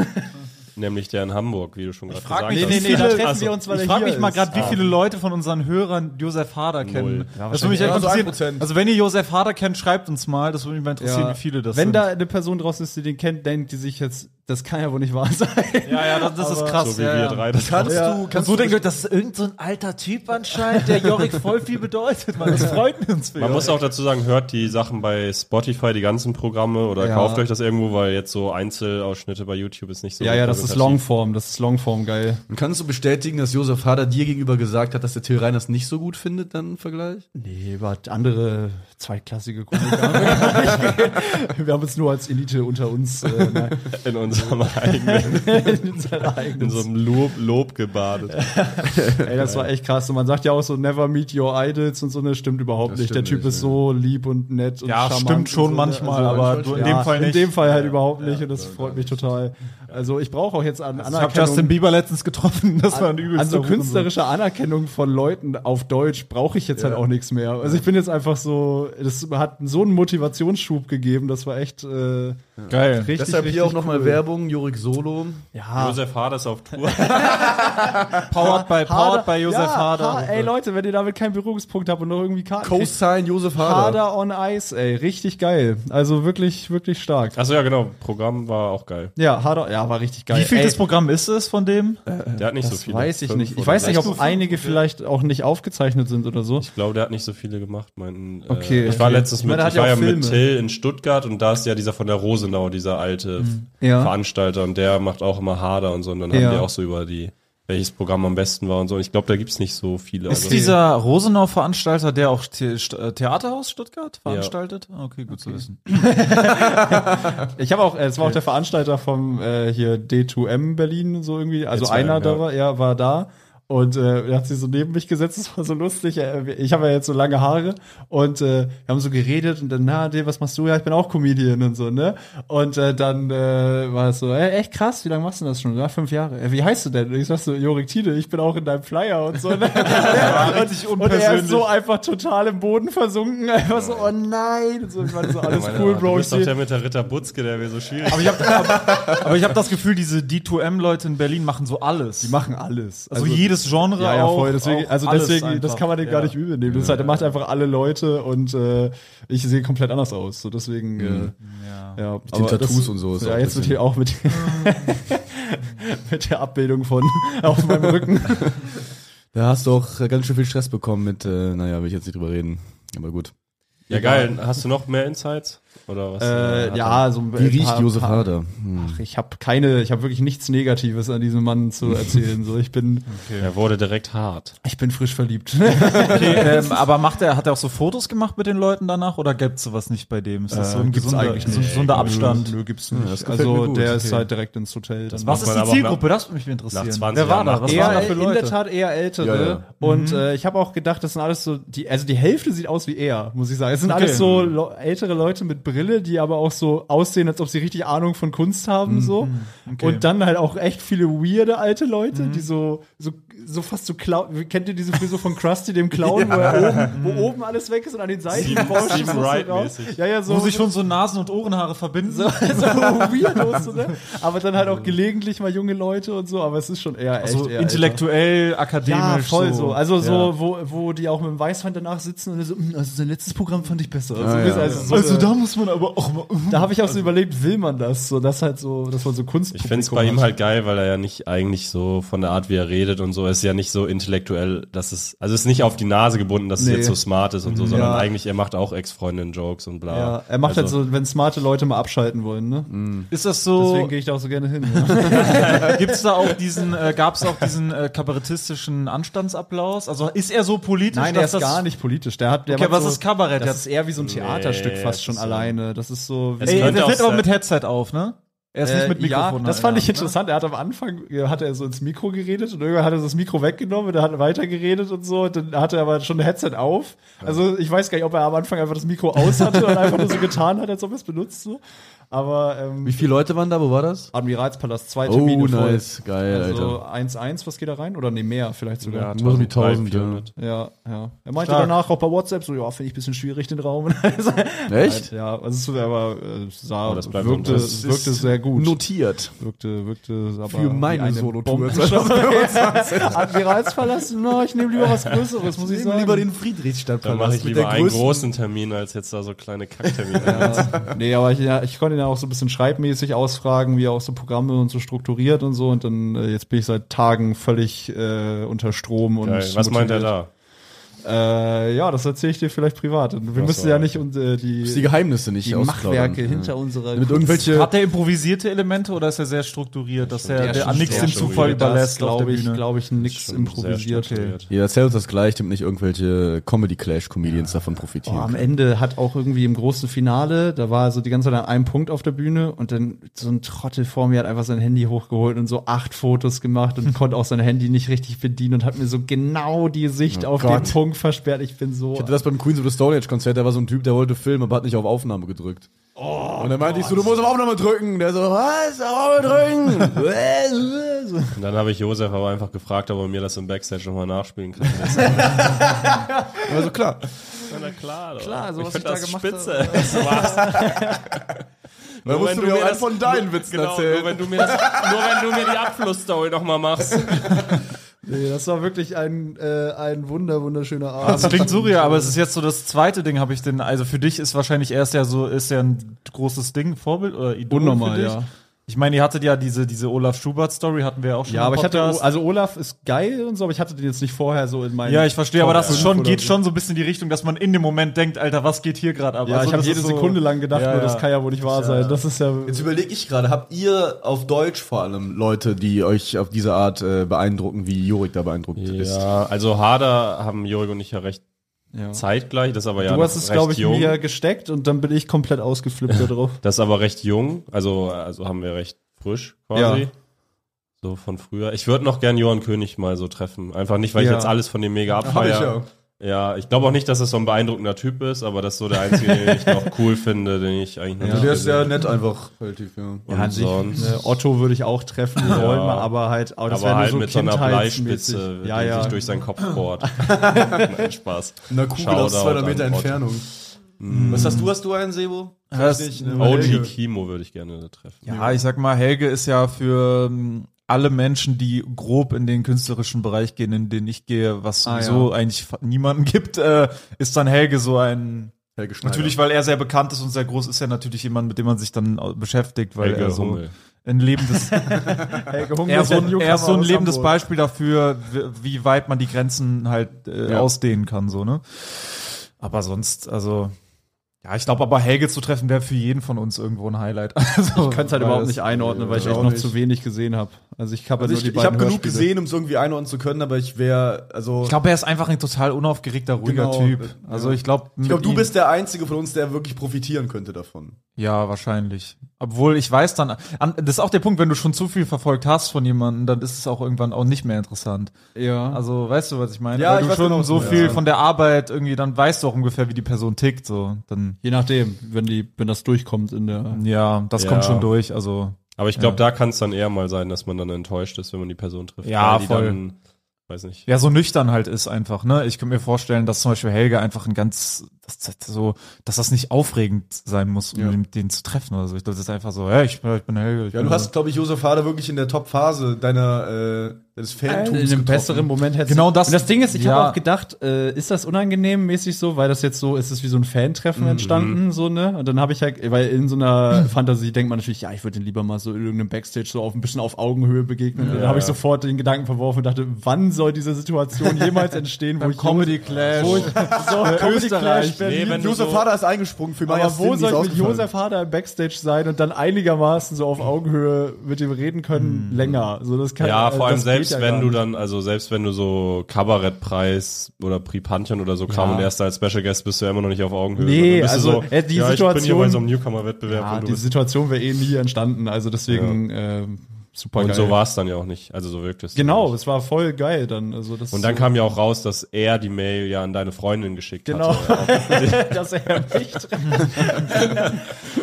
Nämlich der in Hamburg, wie du schon gerade gesagt Frag hast. mich, nee, nee, nee, da treffen Also, wir uns, weil Ich frage mich mal gerade, wie viele Leute von unseren Hörern Josef Hader kennen. das würde mich echt Ja, so interessieren. 1%. Also wenn ihr Josef Hader kennt, schreibt uns mal. Das würde mich mal interessieren, wie viele das Wenn sind. da eine Person draußen ist, die den kennt, denkt die sich jetzt, das kann ja wohl nicht wahr sein. Ja, ja, das, ist krass. So wie wir äh, drei das Kannst Ja. du, Und kannst so du denke ich, das ist irgendein so ein alter Typ anscheinend, der Jorik voll viel bedeutet. Man, das freut uns für Man Jorik. muss auch dazu sagen, hört die Sachen bei Spotify, die ganzen Programme oder Ja. kauft euch das irgendwo, weil jetzt so Einzelausschnitte bei YouTube ist nicht so. Ja, ja, das ist repräsentativ. Longform, das ist Longform geil. Und kannst du bestätigen, dass Josef Hader dir gegenüber gesagt hat, dass der Till Reiners nicht so gut findet, dann im Vergleich? Nee, war andere zweitklassige Komiker. Wir haben uns nur als Elite unter uns äh, nein, In unserem eigenen, in unserer in eigenen so einem Lob, Lob gebadet. Ey, das war echt krass. Und man sagt ja auch so, never meet your idols und so, ne, stimmt überhaupt nicht. stimmt der Typ nicht, ist so lieb und nett und Ja, charmant. stimmt schon und so, manchmal, ne? aber du- in ja, dem Fall nicht. In dem Fall halt überhaupt nicht und das freut mich total. Also ich brauche auch jetzt an ich habe Justin Bieber letztens getroffen, das war ein an, übelster an so Hurensohn. künstlerische Anerkennung von Leuten auf Deutsch brauche ich jetzt halt auch nichts mehr. Also ich bin jetzt einfach so, das hat so einen Motivationsschub gegeben, das war echt äh, Geil. richtig, Deshalb richtig hier auch nochmal cool. Werbung, Jurik Solo. Ja, Josef Hader ist auf Tour. Powered by, powered by Josef ja, Hader. Ha ey Leute, wenn ihr damit keinen Berührungspunkt habt und noch irgendwie Karten kriegt, Co-Sign Josef Hader. Hader on Ice, ey, richtig geil. Also wirklich, wirklich Also, stark. Achso, ja, genau. Programm war auch geil. Ja, Hader, ja, war richtig geil. Wie viel ey, das Programm ist es von dem? Der hat nicht so das viele. weiß ich Fünf nicht. Ich oder weiß nicht, sechs. ob einige vielleicht auch nicht aufgezeichnet sind oder so. Ich glaube, der hat nicht so viele gemacht, meinten. Okay, äh, ich war okay. letztens Ich meine, mit, der ich hat war ja ja auch mit Filme. Till in Stuttgart und da ist ja dieser von der Rosenau, dieser alte Ja. Veranstalter und der macht auch immer Hader und so und dann Ja. haben die auch so über die, welches Programm am besten war und so. Und ich glaube, da gibt's nicht so viele. Also, Ist dieser Rosenau-Veranstalter, der auch The St- äh, Theaterhaus Stuttgart veranstaltet? Okay, gut zu wissen. Ich habe auch, äh, es war auch der Veranstalter vom äh, hier D2M Berlin so irgendwie, also D2M, einer da ja. war, er war da und äh, er hat sich so neben mich gesetzt, das war so lustig. Äh, ich habe ja jetzt so lange Haare und äh, wir haben so geredet und dann, na, D, was machst du? Ja, ich bin auch Comedian und so, ne? Und äh, dann äh, war es so, äh, echt krass, wie lange machst du das schon? Ja, fünf Jahre. Äh, wie heißt du denn? Und ich sag so, Jorik Tide, ich bin auch in deinem Flyer und so, ne? richtig und er ist so einfach total im Boden versunken, einfach so, oh nein. Und so, ich meine, so alles cool, Bro. Du ich bist doch seh- der mit der Ritter Butzke, der wäre so schwierig. aber ich habe aber ich hab das Gefühl, diese D2M-Leute in Berlin machen so alles. Die machen alles. also, jedes Genre Ja, ja, auch. voll. Deswegen, auch also alles deswegen, das einfach. kann man dem gar Ja. nicht übel nehmen. Das heißt, er macht einfach alle Leute und äh, ich sehe komplett anders aus. So deswegen, äh, Mhm. ja. Mit den Tattoos und so ist auch Ja, ein jetzt wird bisschen- hier auch mit, mit der Abbildung von auf meinem Rücken. Da hast du auch äh, ganz schön viel Stress bekommen mit, äh, naja, will ich jetzt nicht drüber reden. Aber gut. ja, geil. Hast du noch mehr Insights? Oder was? Äh, hat ja, so ein Wie riecht paar- Josef paar- Hader? Ach, ich habe keine, ich habe wirklich nichts Negatives an diesem Mann zu erzählen. So, ich bin, er? Er wurde direkt hart. ich bin frisch verliebt. Okay, ähm, aber macht er, hat er auch so Fotos gemacht mit den Leuten danach oder gibt's sowas nicht bei dem? Ist das Äh, so ein gesunder, so ein gesunder Abstand? Nö, gibt's nicht. das gefällt mir also gut. der Okay. ist halt direkt ins Hotel. Dann Was macht ist man die aber Zielgruppe? Das würde mich interessieren. Nach 20 Wer war Jahren da? Was waren da für in Leute? Mhm. der Tat eher ältere. Ja, ja. Und äh, ich habe auch gedacht, das sind alles so, die, also die Hälfte sieht aus wie er, muss ich sagen. Es sind Okay. alles so lo- ältere Leute mit Brille, die aber auch so aussehen, als ob sie richtig Ahnung von Kunst haben. Mhm, so. Und dann halt auch echt viele weirde alte Leute, die so, so, so fast so Clown. Kennt ihr diese Frisur von Krusty, dem Clown, wo, er oben, wo oben alles weg ist und an den Seiten Sieben- Porsche Sieben ist das so Wright raus? mäßig. Ja, ja, so. Wo sich schon so Nasen- und Ohrenhaare verbinden. so, so weirdos, so, ne? Aber dann halt auch gelegentlich mal junge Leute und so, aber es ist schon eher echt. Also eher älter. intellektuell, Ja, akademisch. voll so. Also so, wo, wo die auch mit dem Weißwein danach sitzen und so, "Mm, also sein letztes Programm fand ich besser. Also, ja. also, so, äh, da, muss man aber auch mal. habe ich auch so überlegt, will man das? So, das halt so, dass man so Kunst. Also Ich finde es bei ihm halt geil, weil er ja nicht eigentlich so von der Art, wie er redet und so, ist ja nicht so intellektuell, dass es, also es ist nicht auf die Nase gebunden, dass Nee. es jetzt so smart ist und so, sondern Ja. eigentlich, er macht auch Ex-Freundinnen-Jokes und bla. Ja, er macht Also, Mhm. halt so, wenn smarte Leute mal abschalten wollen, ne? Ist das Deswegen so? gehe ich da auch so gerne hin. Ja. Gibt's da auch diesen? Äh, Gab es auch diesen äh, kabarettistischen Anstandsapplaus? Also ist er so politisch? Nein, der dass ist das- gar nicht politisch. Der hat, der Okay, macht aber es so, ist Kabarett. Der Das ist eher wie so ein Theaterstück Nee, fast schon das ist so- alleine. Das ist so. Wie Es Ey, könnte der auch tritt aber sein- mit Headset auf, ne? Er ist nicht mit Mikrofon. Äh, ne? Ja, das fand ja. ich interessant. Er hat am Anfang äh, hat er so ins Mikro geredet und irgendwann hat er so das Mikro weggenommen und er hat weiter geredet und so. Und dann hatte er aber schon ein Headset auf. Also ich weiß gar nicht, ob er am Anfang einfach das Mikro aus hatte und einfach nur so getan hat, als ob er es benutzt. So. Aber Wie ähm, viele Leute waren da? Wo war das? Admiralspalast zwei Oh, Termine voll. nice. Geil, Also Alter. 1-1, was geht da rein? Oder nee, mehr vielleicht sogar. Muss um die 1000, 400. Ja, ja. Er meinte Stark. danach auch bei WhatsApp so, ja, finde ich ein bisschen schwierig den Raum. Echt? ja, also es war aber äh, sah, das bleibt wirkte, unter- Das wirkte sehr gut. notiert. wirkte, wirkte aber Für meine Solotour. Admirals verlassen, no, ich nehme lieber was Größeres, muss ich Nehmen wir sagen. lieber den Dann mache Friedrichstadtpalast ich mit lieber der einen größten großen Termin, als jetzt da so kleine Kacktermine. nee, aber ich, ja, ich konnte ihn ja auch so ein bisschen schreibmäßig ausfragen, wie er auch so Programme und so strukturiert und so. Und dann, äh, jetzt bin ich seit Tagen völlig äh, unter Strom und. Geil. Was meint er da? da? Äh, ja, das erzähle ich dir vielleicht privat. Und wir Ach müssen so. ja nicht und, äh, die, die Geheimnisse nicht die ausplaudern. Machwerke Ja. hinter unserer Mit irgendwelche Hat der improvisierte Elemente oder ist er sehr strukturiert, dass er Ja, der an schon nichts sehr dem Zufall strukturiert. überlässt, glaube ich, Glaub, glaube ich, nix Schon improvisiert. sehr strukturiert. Jeder erzählt uns das gleich, damit nicht irgendwelche Comedy Clash Comedians davon profitieren. Oh, am Ende hat auch irgendwie im großen Finale, da war so die ganze Zeit an einem Punkt auf der Bühne und dann so ein Trottel vor mir hat einfach sein Handy hochgeholt und so acht Fotos gemacht und konnte auch sein Handy nicht richtig bedienen und hat mir so genau die Sicht auf Gott. den Punkt versperrt. Ich bin so. Ich hatte das beim Queens of the Stone Age Konzert, da war so ein Typ, der wollte filmen, aber hat nicht auf Aufnahme gedrückt. Oh, und dann meinte ich so, du musst auf Aufnahme drücken. Der so, was? Aufnahme drücken? Äh, äh, so. Und dann habe ich Josef aber einfach gefragt, ob er mir das im Backstage nochmal nachspielen kann. Das Also klar. na klar, Klar, so ich was find ich da das gemacht spitze. Das war's. Da musst wenn du du mir mir auch einen das- von deinen Witzen genau, erzählen. nur wenn du mir, das, nur wenn du mir die Abflussstory nochmal machst. nee, das war wirklich ein, äh, ein wunder, wunderschöner Abend. das klingt surreal, aber es ist jetzt so das zweite Ding, habe ich denn. Also für dich ist wahrscheinlich erst ja so, ist ja ein großes Ding, Vorbild oder Idol Unnormal, für dich. ja. Ich meine, ihr hattet ja diese, diese Olaf Schubert-Story, hatten wir ja auch schon. Ja, im aber ich hatte, Podcast. also Olaf ist geil und so, aber ich hatte den jetzt nicht vorher so in meinen. Ja, ich verstehe, Top aber das ist fünf schon, oder geht so. schon so ein bisschen in die Richtung, dass man in dem Moment denkt, Alter, was geht hier gerade ab? Ja, Also ich habe das ist jede so- Sekunde lang gedacht, Ja, nur ja. das kann ja wohl nicht wahr sein. Das ist ja. Jetzt überlege ich gerade, habt ihr auf Deutsch vor allem Leute, die euch auf diese Art äh, beeindrucken, wie Jurik da beeindruckt ist? Ja, also Hader haben Jörg und ich ja recht zeitgleich. Das ist aber ja Du hast noch es, recht glaube ich, jung. mir gesteckt und dann bin ich komplett ausgeflippt da drauf. Das ist aber recht jung, also, also haben wir recht frisch quasi. So von früher. Ich würde noch gern Johann König mal so treffen. Einfach nicht, weil Ja. ich jetzt alles von dem mega Hab ich abfeier. ja. ich glaube auch nicht, dass das so ein beeindruckender Typ ist, aber das ist so der einzige, den ich noch cool finde, den ich eigentlich noch Also nicht der ist gesehen ja habe. nett einfach. Relativ, ja. Und sonst. Äh, Otto würde ich auch treffen wollen, aber halt, aber das aber wäre halt nur mit so so einer kindheitsmäßig. Bleispitze, Ja, die ja. sich durch seinen Kopf bohrt. Nein, Spaß. Eine Kugel aus Shoutout 200 Meter an Otto. Entfernung. Was hast du? Hast du einen, Sebo? Das- ne? OG Kimo würde ich gerne treffen. Ja, ich sag mal, Helge ist ja für ähm, alle Menschen, die grob in den künstlerischen Bereich gehen, in den ich gehe, was Ah, sowieso eigentlich fa- niemanden gibt, äh, ist dann Helge so ein. Helge Schneider. Natürlich, weil er sehr bekannt ist und sehr groß ist, ja natürlich jemand, mit dem man sich dann au- beschäftigt, weil Helge er so Hummel. ein lebendes, er ist so ein, er ist so ein lebendes Beispiel dafür, wie- wie weit man die Grenzen halt äh, Ja. ausdehnen kann, so ne. Aber sonst, also. Ja, ich glaube, aber Helge zu treffen wäre für jeden von uns irgendwo ein Highlight. Also, äh, Ich kann es halt überhaupt nicht einordnen, weil ich Ja, echt auch noch nicht. zu wenig gesehen habe. Also ich habe Also nur ich die ich beiden habe genug Hörspiele. gesehen, um es irgendwie einordnen zu können, aber ich wäre, also. Ich glaube, er ist einfach ein total unaufgeregter, ruhiger Genau, Typ. ja. Also ich glaube, Ich glaube, du bist der Einzige von uns, der wirklich profitieren könnte davon. ja wahrscheinlich. Obwohl ich weiß dann, an, das ist auch der Punkt, wenn du schon zu viel verfolgt hast von jemandem, dann ist es auch irgendwann auch nicht mehr interessant. Ja. Also weißt du, was ich meine? Ja, Weil ich du weiß schon genau, was so du viel meinst. von der Arbeit irgendwie, dann weißt du auch ungefähr, wie die Person tickt. So, dann Je nachdem, wenn die, wenn das durchkommt in der. ja, das Ja. kommt schon durch. Also Aber ich glaube, da kann es dann eher mal sein, dass man dann enttäuscht ist, wenn man die Person trifft. Ja, weil die voll. Dann, weiß nicht. Ja, so nüchtern halt ist einfach, ne? Ich könnte mir vorstellen, dass zum Beispiel Helge einfach ein ganz, dass das so, dass das nicht aufregend sein muss, um den, den zu treffen oder so. Ich glaube, das ist einfach so, ja, ich bin, ich bin Helge. Ich Ja, bin du hast, glaube ich, Josef Hader wirklich in der Top-Phase deiner, äh, des Fantums in einem getroffen. besseren Moment hätte Genau das- Und das Ding ist, ich ja. habe auch gedacht, äh, ist das unangenehm mäßig so, weil das jetzt so ist, es wie so ein Fantreffen entstanden, so ne? Und dann habe ich halt, weil in so einer Fantasie denkt man natürlich, ja, ich würde den lieber mal so in irgendeinem Backstage so auf ein bisschen auf Augenhöhe begegnen. Und dann habe ich sofort den Gedanken verworfen und dachte, wann soll diese Situation jemals entstehen, wo ich Comedy Clash, wo ich, so, Comedy Clash, Berlin, Nee, wenn du Josef so- Hader ist eingesprungen für Maya aber wo Sin, die ist soll ich mit ausgefallen. Josef Hader im Backstage sein und dann einigermaßen so auf Hm. Augenhöhe mit ihm reden können, länger? So, das kann, Ja, vor äh, allem das geht selbst ja wenn gar du nicht. dann, also selbst wenn du so Kabarettpreis oder Pripanchen oder so kam und erst als Special Guest bist du ja immer noch nicht auf Augenhöhe. Nee, Dann bist du also, äh, die ja, ich bin hier Situation- Ah, bei so einem Newcomer-Wettbewerb Ja, und du die bist äh, Situation wäre eh nie entstanden. Also deswegen ähm, super Und geil. so war es dann ja auch nicht. Also so wirkt es. Genau, nicht. es war voll geil dann. Also das Und dann kam ja auch raus, dass er die Mail ja an deine Freundin geschickt Genau. hat. dass er mich trifft.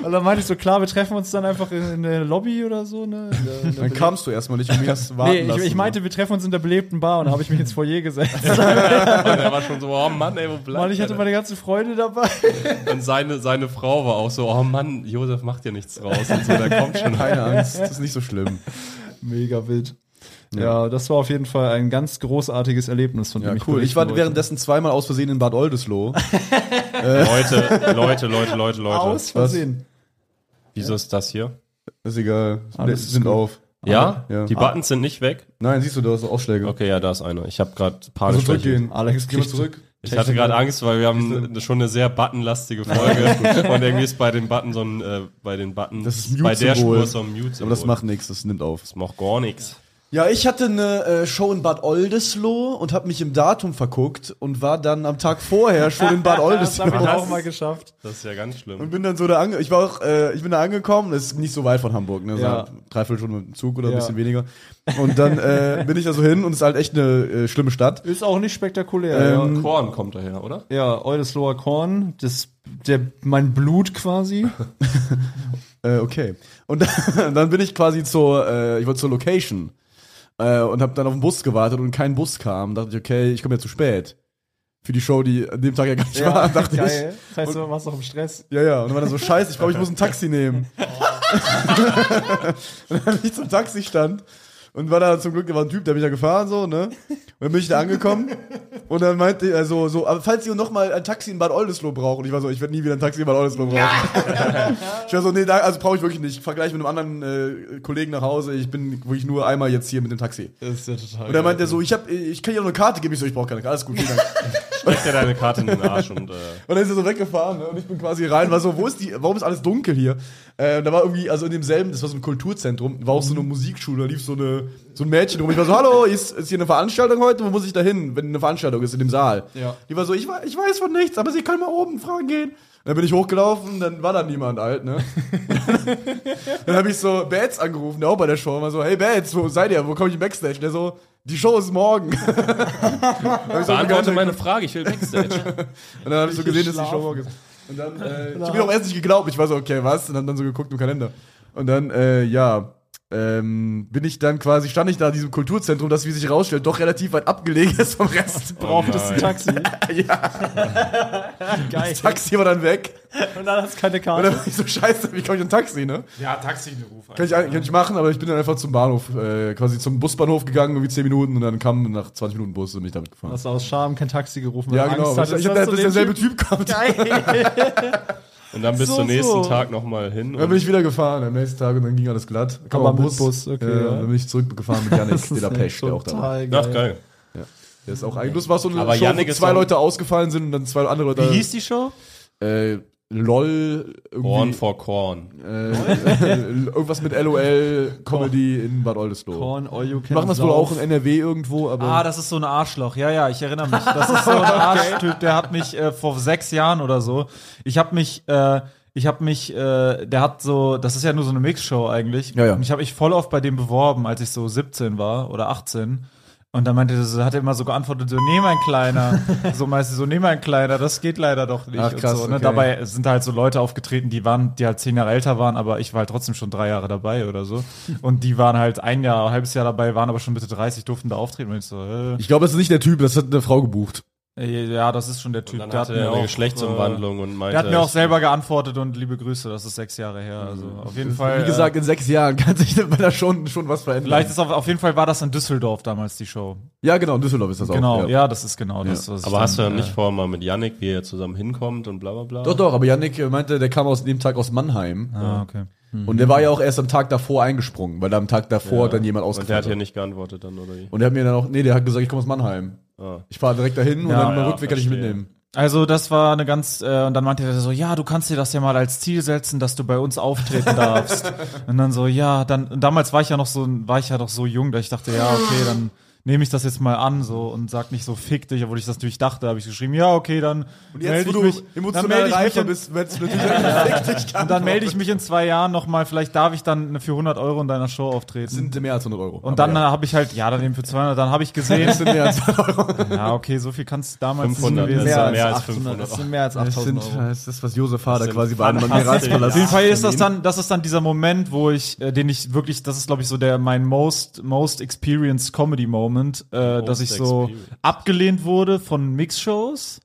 Und dann meinte ich so, klar, wir treffen uns dann einfach in, in der Lobby oder so. Ne? In der, in der Dann kamst du erstmal nicht und mir hast warten nee, ich, lassen. ich ne? meinte, wir treffen uns in der belebten Bar und da habe ich mich ins Foyer gesetzt. Und er war schon so, oh Mann, ey, wo bleibt Weil ich hatte der meine ganzen Freunde dabei. denn? Und seine, seine Frau war auch so, oh Mann, Josef macht ja nichts raus. Und so, da kommt schon keine Angst, das ist nicht so schlimm. mega wild. Ja. das war auf jeden Fall ein ganz großartiges Erlebnis von Ja, dem ich cool. Ich berichten war wollte. währenddessen zweimal aus Versehen in Bad Oldesloe. Leute, Leute, Leute, Leute, Leute. aus Versehen. Wieso ist das hier? Ist egal. Alles sind gut. auf. Ja? Ja. Die Buttons sind nicht weg? Nein, siehst du, da ist Ausschläge. Okay, ja, da ist einer. Ich habe gerade Also ne? panisch. zurückgehen. Alex, Geh mal kriegt zurück. Ich hatte gerade Angst, weil wir haben schon eine sehr buttonlastige Folge und irgendwie ist bei den Button so ein, äh, bei den Button, Das ist ein bei der Mute-Symbol. Spur so ein Mute. Aber das macht nichts, das nimmt auf. das macht gar nichts. Ja, ich hatte eine äh, Show in Bad Oldesloe und habe mich im Datum verguckt und war dann am Tag vorher schon in Bad Oldesloe. auch mal geschafft. Das ist ja ganz und schlimm. bin dann so da ange ich war auch äh, ich bin da angekommen das ist nicht so weit von Hamburg ne so Ja. eine Dreiviertelstunde mit dem Zug oder Ja. ein bisschen weniger und dann äh, bin ich da so hin und es ist halt echt eine äh, schlimme Stadt Ist auch nicht spektakulär. Ähm, Korn kommt daher, oder? ja, ja Eudesloher Korn, das, der, mein Blut quasi. Äh, okay. Und dann, dann bin ich quasi zur, äh, ich wollte zur Location äh, und habe dann auf den Bus gewartet und kein Bus kam. Dachte ich, okay, ich komme ja zu spät. Für die Show, die an dem Tag ja gar nicht war, dachte Geil. Das heißt, du warst noch im Stress. ich. Ja, ja. Und dann war dann so, scheiße, ich glaube, ich muss ein Taxi nehmen. und dann bin ich zum Taxistand und war da zum Glück, da war ein Typ, der hat mich ja gefahren, so, ne? Und dann bin ich da angekommen und dann meinte er so, so, aber falls ihr noch mal ein Taxi in Bad Oldesloe braucht, und ich war so, ich werde nie wieder ein Taxi in Bad Oldesloe brauchen. Ich war so, nee, da, also brauche ich wirklich nicht. Ich vergleiche mit einem anderen äh, Kollegen nach Hause. Ich bin wirklich nur einmal jetzt hier mit dem Taxi. Das ist ja total Und dann meint er so, ich, hab, ich kann ja noch eine Karte geben. Ich so, ich brauche keine Karte. Alles gut, vielen Dank. Steck dir deine Karte in den Arsch und und äh, dann ist er so weggefahren ne? und ich bin quasi rein. War so, wo ist die, warum ist alles dunkel hier? Äh, und da war irgendwie, also in demselben, das war so ein Kulturzentrum, war auch so eine Musikschule. Da lief so, eine, so ein Mädchen rum. Ich war so, hallo, ist, ist hier eine Veranstaltung heute? Wo muss ich da hin, wenn eine Veranstaltung ist in dem Saal? Ja. Die war so, ich, wei- ich weiß von nichts, aber sie können mal oben fragen gehen. Dann bin ich hochgelaufen, dann war da niemand alt, ne? Dann habe ich so Bats angerufen, der auch bei der Show war so, hey Bats, wo seid ihr? Wo komme ich im Backstage? Der so, die Show ist morgen. und beantworte meine Frage, ich will Backstage. dann habe ich so gesehen, dass die Show morgen ist. Und dann, äh, ich habe mir auch erst nicht geglaubt. Ich war so, okay, was? Und dann, dann so geguckt im Kalender. Und dann, äh, ja, ähm, bin ich dann quasi, stand ich da in diesem Kulturzentrum, das, wie sich rausstellt, doch relativ weit abgelegen ist vom Rest. Braucht es ein Taxi. Geil. Das Taxi war dann weg. Und dann hast du keine Und dann Karte. war ich so, scheiße, wie komme ich ein Taxi, ne? Ja, Taxi-Beruf. Kann ich, kann ich machen, aber ich bin dann einfach zum Bahnhof, äh, quasi zum Busbahnhof gegangen, irgendwie 10 Minuten und dann kam nach 20 Minuten Bus und bin ich damit gefahren. Hast du aus Scham kein Taxi gerufen? ja, weil du genau. Also Angst Ich, hattest, ich hab dass dass du den derselbe Typ kommt. Und dann bist So, du nächsten so. Tag nochmal hin Dann bin und ich wieder gefahren am nächsten Tag und dann ging alles glatt. Kam Aber am mit Bus, okay, Ja, ja. Dann bin ich zurückgefahren mit Janik, der da Pech, der auch da war. Total geil. ach geil. Der ist auch eigentlich. Bloß war so eine Aber Show, Yannick wo ist zwei doch- Leute ausgefallen sind und dann zwei andere Leute. Wie hieß die Show? Äh, LOL. irgendwie, Korn for Korn. Äh, äh, irgendwas mit LOL Comedy in Bad Oldesloe. Korn, all you can Die machen das wohl Sauf. auch in NRW irgendwo, aber. Ah, das ist so ein Arschloch. Ja, ja, ich erinnere mich. Das ist so ein Arschtyp, der hat mich äh, vor sechs Jahren oder so. Ich habe mich, äh, ich habe mich, äh, der hat so, das ist ja nur so eine Mixshow eigentlich. Ja, ja. Und ich habe mich voll oft bei dem beworben, als ich so 17 war oder 18. Und dann meinte er, so- hat er immer so geantwortet, so, nee, mein Kleiner. so meistens so, nee, mein Kleiner, das geht leider doch nicht. Ach, krass, und so, ne? okay. Dabei sind halt so Leute aufgetreten, die waren, die halt zehn Jahre älter waren, aber ich war halt trotzdem schon drei Jahre dabei oder so. Und die waren halt ein Jahr, ein halbes Jahr dabei, waren aber schon Mitte 30, durften da auftreten. Und ich so, äh, ich glaube, das ist nicht der Typ, das hat eine Frau gebucht. äh, Ja, das ist schon der Typ. Dann Der hatte hat mir er eine auch, Geschlechtsumwandlung und Äh, meinte, der hat mir auch ich- selber geantwortet und liebe Grüße, das ist sechs Jahre her. Also Mhm. auf jeden Fall. Wie gesagt, äh, in sechs Jahren kann sich bei der schon, schon was verändern. vielleicht ist auf, auf jeden Fall war das in Düsseldorf damals die Show. ja, genau, in Düsseldorf ist das genau, auch. ja. das ist genau das. Was ich aber hast du dann äh, nicht vorher mal mit Yannick, wie ihr zusammen hinkommt und bla bla bla? Doch, doch, aber Yannick äh, meinte, der kam aus dem Tag aus Mannheim. Ah, okay. Und der war ja auch erst am Tag davor eingesprungen, weil da am Tag davor dann jemand Und der ausgefallen hat ja ist. nicht geantwortet dann, oder wie? Und der hat mir dann auch, nee, der hat gesagt, ich komme aus Mannheim. Ah. Ich fahre direkt dahin und dann ja, beim Rückweg kann ich verstehe. mitnehmen. Also das war eine ganz äh, und dann meinte er so, ja, du kannst dir das ja mal als Ziel setzen, dass du bei uns auftreten darfst. und dann so, ja, dann und damals war ich ja noch so, war ich ja noch so jung, dass ich dachte, ja, okay, dann nehme ich das jetzt mal an so und sag nicht so fick dich, obwohl ich das natürlich dachte, habe ich geschrieben, ja, okay, dann Und melde jetzt, wo ich du mich, dann emotional melde ich mich reifer in, bist, genau. werdest du natürlich auch gefickt. Ich kann und dann melde nicht. ich mich in zwei Jahren nochmal, vielleicht darf ich dann für 100 Euro in deiner Show auftreten. sind mehr als 100 Euro. und dann habe ich halt, ja, dann eben für 200, dann habe ich gesehen, sind mehr als 100 Euro. ja, okay, so viel kannst du damals 500, nicht gewesen ne? das sein. sind mehr 800, als 500. Das sind mehr als 8000 Euro. das ist das, was Josef Hader sind quasi bei einem Magneraspalast Auf jeden Fall ist das dann, das ist dann dieser Moment, wo ich, äh, den ich wirklich, das ist glaube ich so der mein most most experienced Comedy Moment, äh, dass ich so experienced. Mhm. abgelehnt wurde von Mixshows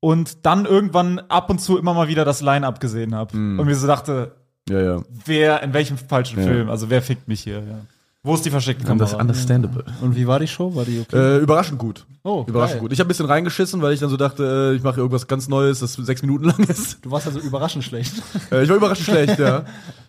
und dann irgendwann ab und zu immer mal wieder das Line-up gesehen habe Mhm. und mir so dachte, Ja, ja. wer in welchem falschen Film, also wer fickt mich hier? Ja. Wo ist die versteckte Kamera? understandable. Und wie war die Show? War die okay? Äh, überraschend gut. Oh, überraschend geil. gut. Ich habe ein bisschen reingeschissen, weil ich dann so dachte, äh, ich mache irgendwas ganz Neues, das sechs Minuten lang ist. Du warst also überraschend schlecht. Äh, ich war überraschend schlecht, ja.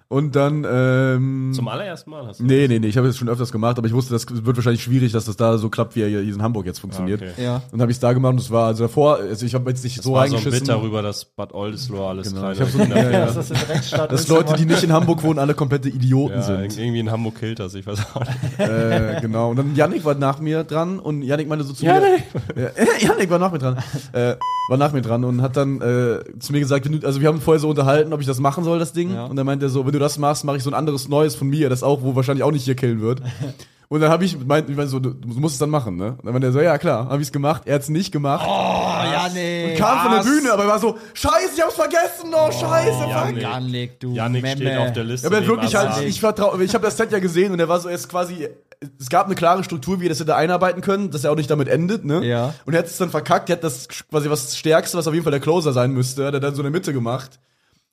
Und dann, ähm, Zum allerersten Mal hast du. Nee, nee, nee, ich habe es schon öfters gemacht, aber ich wusste, das wird wahrscheinlich schwierig, dass das da so klappt, wie er hier in Hamburg jetzt funktioniert. Ah, okay. Ja. Und habe ich es da gemacht und es war also davor, also ich habe jetzt nicht so war so ein reingeschissen. Bit darüber, dass Bad Oldesloe alles Genau. kleine Ich hab so- Kinder- ja, ja. das in Rechtsstaat dass Leute, die nicht in Hamburg wohnen, alle komplette Idioten ja, sind. irgendwie in Hamburg killt das, ich weiß auch nicht. äh, genau. Und dann Yannick war nach mir dran und Yannick meinte so zu Janik. mir. Ja, Yannick war nach mir dran. Äh, war nach mir dran und hat dann äh, zu mir gesagt, wenn du, also wir haben vorher so unterhalten, ob ich das machen soll, das Ding. Und dann meinte er so, wenn du das machst, mache ich so ein anderes Neues von mir, das auch, wo wahrscheinlich auch nicht hier killen wird. Und dann habe ich, mein, ich meine so, du du musst es dann machen, ne? Und dann meinte er so, ja klar, habe ich es gemacht. Er hat es nicht gemacht. Oh, Janik. Und kam von der Bühne, aber er war so, scheiße, ich hab's vergessen, oh, scheiße, fuck. Janik, du. Janik steht auf der Liste. Ja, aber neben wirklich Aslan. halt, ich vertraue, ich habe das Set ja gesehen und er war so, er ist quasi, es gab eine klare Struktur, wie er das hätte einarbeiten können, dass er auch nicht damit endet, ne? Ja. Und er hat es dann verkackt, er hat das quasi was Stärkste, was auf jeden Fall der Closer sein müsste, hat er dann so in der Mitte gemacht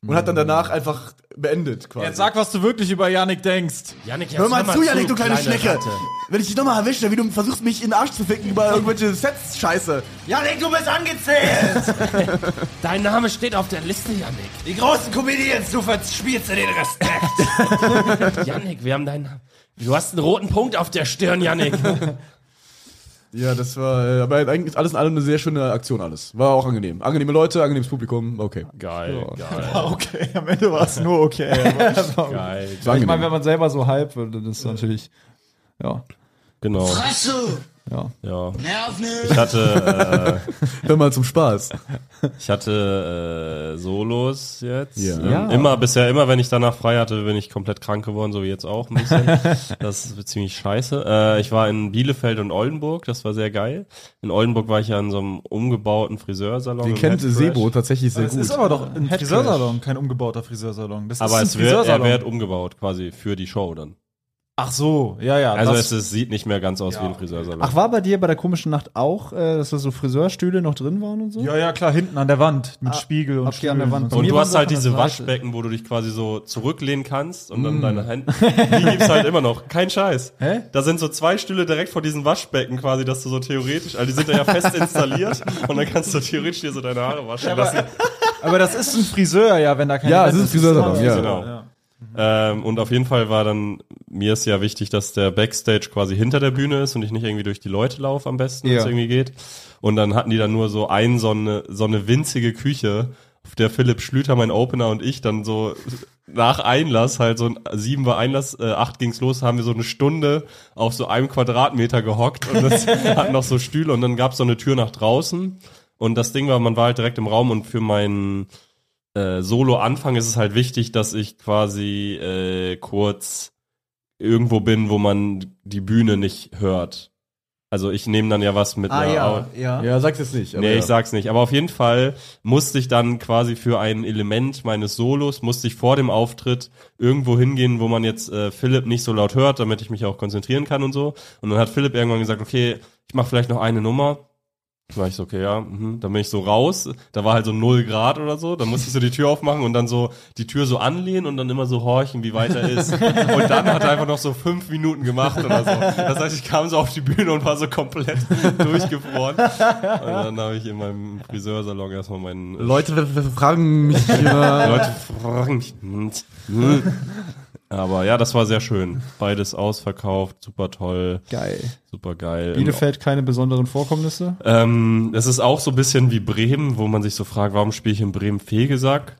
und Mhm. hat dann danach einfach beendet quasi. Jetzt sag, was du wirklich über Yannick denkst. Janik, jetzt Hör mal zu, Janik, du kleine, Schnecke. Ratte. Wenn ich dich nochmal erwische, wie du versuchst, mich in den Arsch zu ficken über irgendwelche Sets-Scheiße. Janik, du bist angezählt! Dein Name steht auf der Liste, Janik. Die großen Comedians, du verspielst dir den Respekt! Janik, wir haben deinen Namen. Du hast einen roten Punkt auf der Stirn, Janik. Ja, das war, äh, aber eigentlich ist alles in allem eine sehr schöne Aktion, alles. War auch angenehm. Angenehme Leute, angenehmes Publikum, war okay. Geil, geil, Okay, am Ende war es nur okay. geil. War Ich meine, angenehm. wenn man selber so hype wird, dann ist es natürlich. Ja. Genau, Fresse! ja. Nerv nicht! Ich hatte, Hör mal zum Spaß. äh, ich hatte äh, Solos jetzt. Ja. Ähm, Ja. Immer, bisher immer, wenn ich danach frei hatte, bin ich komplett krank geworden, so wie jetzt auch ein bisschen. das ist ziemlich scheiße. Äh, ich war in Bielefeld und Oldenburg, das war sehr geil. In Oldenburg war ich ja in so einem umgebauten Friseursalon. Den im kennt Headfresh. Sebo tatsächlich sehr Das gut. ist aber doch ein Friseursalon, kein umgebauter Friseursalon. Das Aber ist ein es wird, er Friseursalon. wird umgebaut quasi für die Show dann. Ach so, ja, ja. Also das- es, es sieht nicht mehr ganz aus wie ein Friseursalon. Ach, war bei dir bei der komischen Nacht auch, äh, dass da so Friseurstühle noch drin waren und so? Ja, ja, klar, hinten an der Wand mit Spiegel und okay, an der Stühlen Wand. und so. Bei Und mir du waren hast Sachen halt diese das Weiße. Waschbecken, wo du dich quasi so zurücklehnen kannst und dann deine Hände. Die gibt's halt immer noch. Kein Scheiß. Hä? Da sind so zwei Stühle direkt vor diesen Waschbecken quasi, dass du so theoretisch, also die sind da ja fest installiert und dann kannst du theoretisch dir so deine Haare waschen lassen. Aber das ist ein Friseur, ja, wenn da kein Ja, es ist ein Friseursalon, ja. Genau. ja. Ähm, und auf jeden Fall war dann, mir ist ja wichtig, dass der Backstage quasi hinter der Bühne ist und ich nicht irgendwie durch die Leute laufe am besten, wenn es Ja. irgendwie geht. Und dann hatten die dann nur so ein, so eine, so eine winzige Küche, auf der Philipp Schlüter, mein Opener und ich dann so nach Einlass, halt so ein sieben war Einlass, äh, acht ging's los, haben wir so eine Stunde auf so einem Quadratmeter gehockt und das hatten noch so Stühle und dann gab's so eine Tür nach draußen. Und das Ding war, man war halt direkt im Raum und für meinen äh, Solo-Anfang ist es halt wichtig, dass ich quasi äh, kurz irgendwo bin, wo man die Bühne nicht hört. Also ich nehme dann ja was mit einer Au- Ah, ja. Ja, sag's jetzt nicht. aber Nee, ja. ich sag's nicht. Aber auf jeden Fall musste ich dann quasi für ein Element meines Solos, musste ich vor dem Auftritt irgendwo hingehen, wo man jetzt äh, Philipp nicht so laut hört, damit ich mich auch konzentrieren kann und so. Und dann hat Philipp irgendwann gesagt, okay, ich mache vielleicht noch eine Nummer. Dann war ich so, okay, ja, mhm. dann bin ich so raus. Da war halt so null Grad oder so. Dann musste ich so die Tür aufmachen und dann so die Tür so anlehnen und dann immer so horchen, wie weit er ist. Und dann hat er einfach noch so fünf Minuten gemacht oder so. Das heißt, ich kam so auf die Bühne und war so komplett durchgefroren. Und dann habe ich in meinem Friseursalon erstmal meinen äh, Leute wir- wir fragen mich immer. Leute fragen mich. Aber ja, das war sehr schön. Beides ausverkauft, super toll, Geil. super geil. Bielefeld keine besonderen Vorkommnisse? Ähm, es ist auch so ein bisschen wie Bremen, wo man sich so fragt, warum spiele ich in Bremen Fegesack?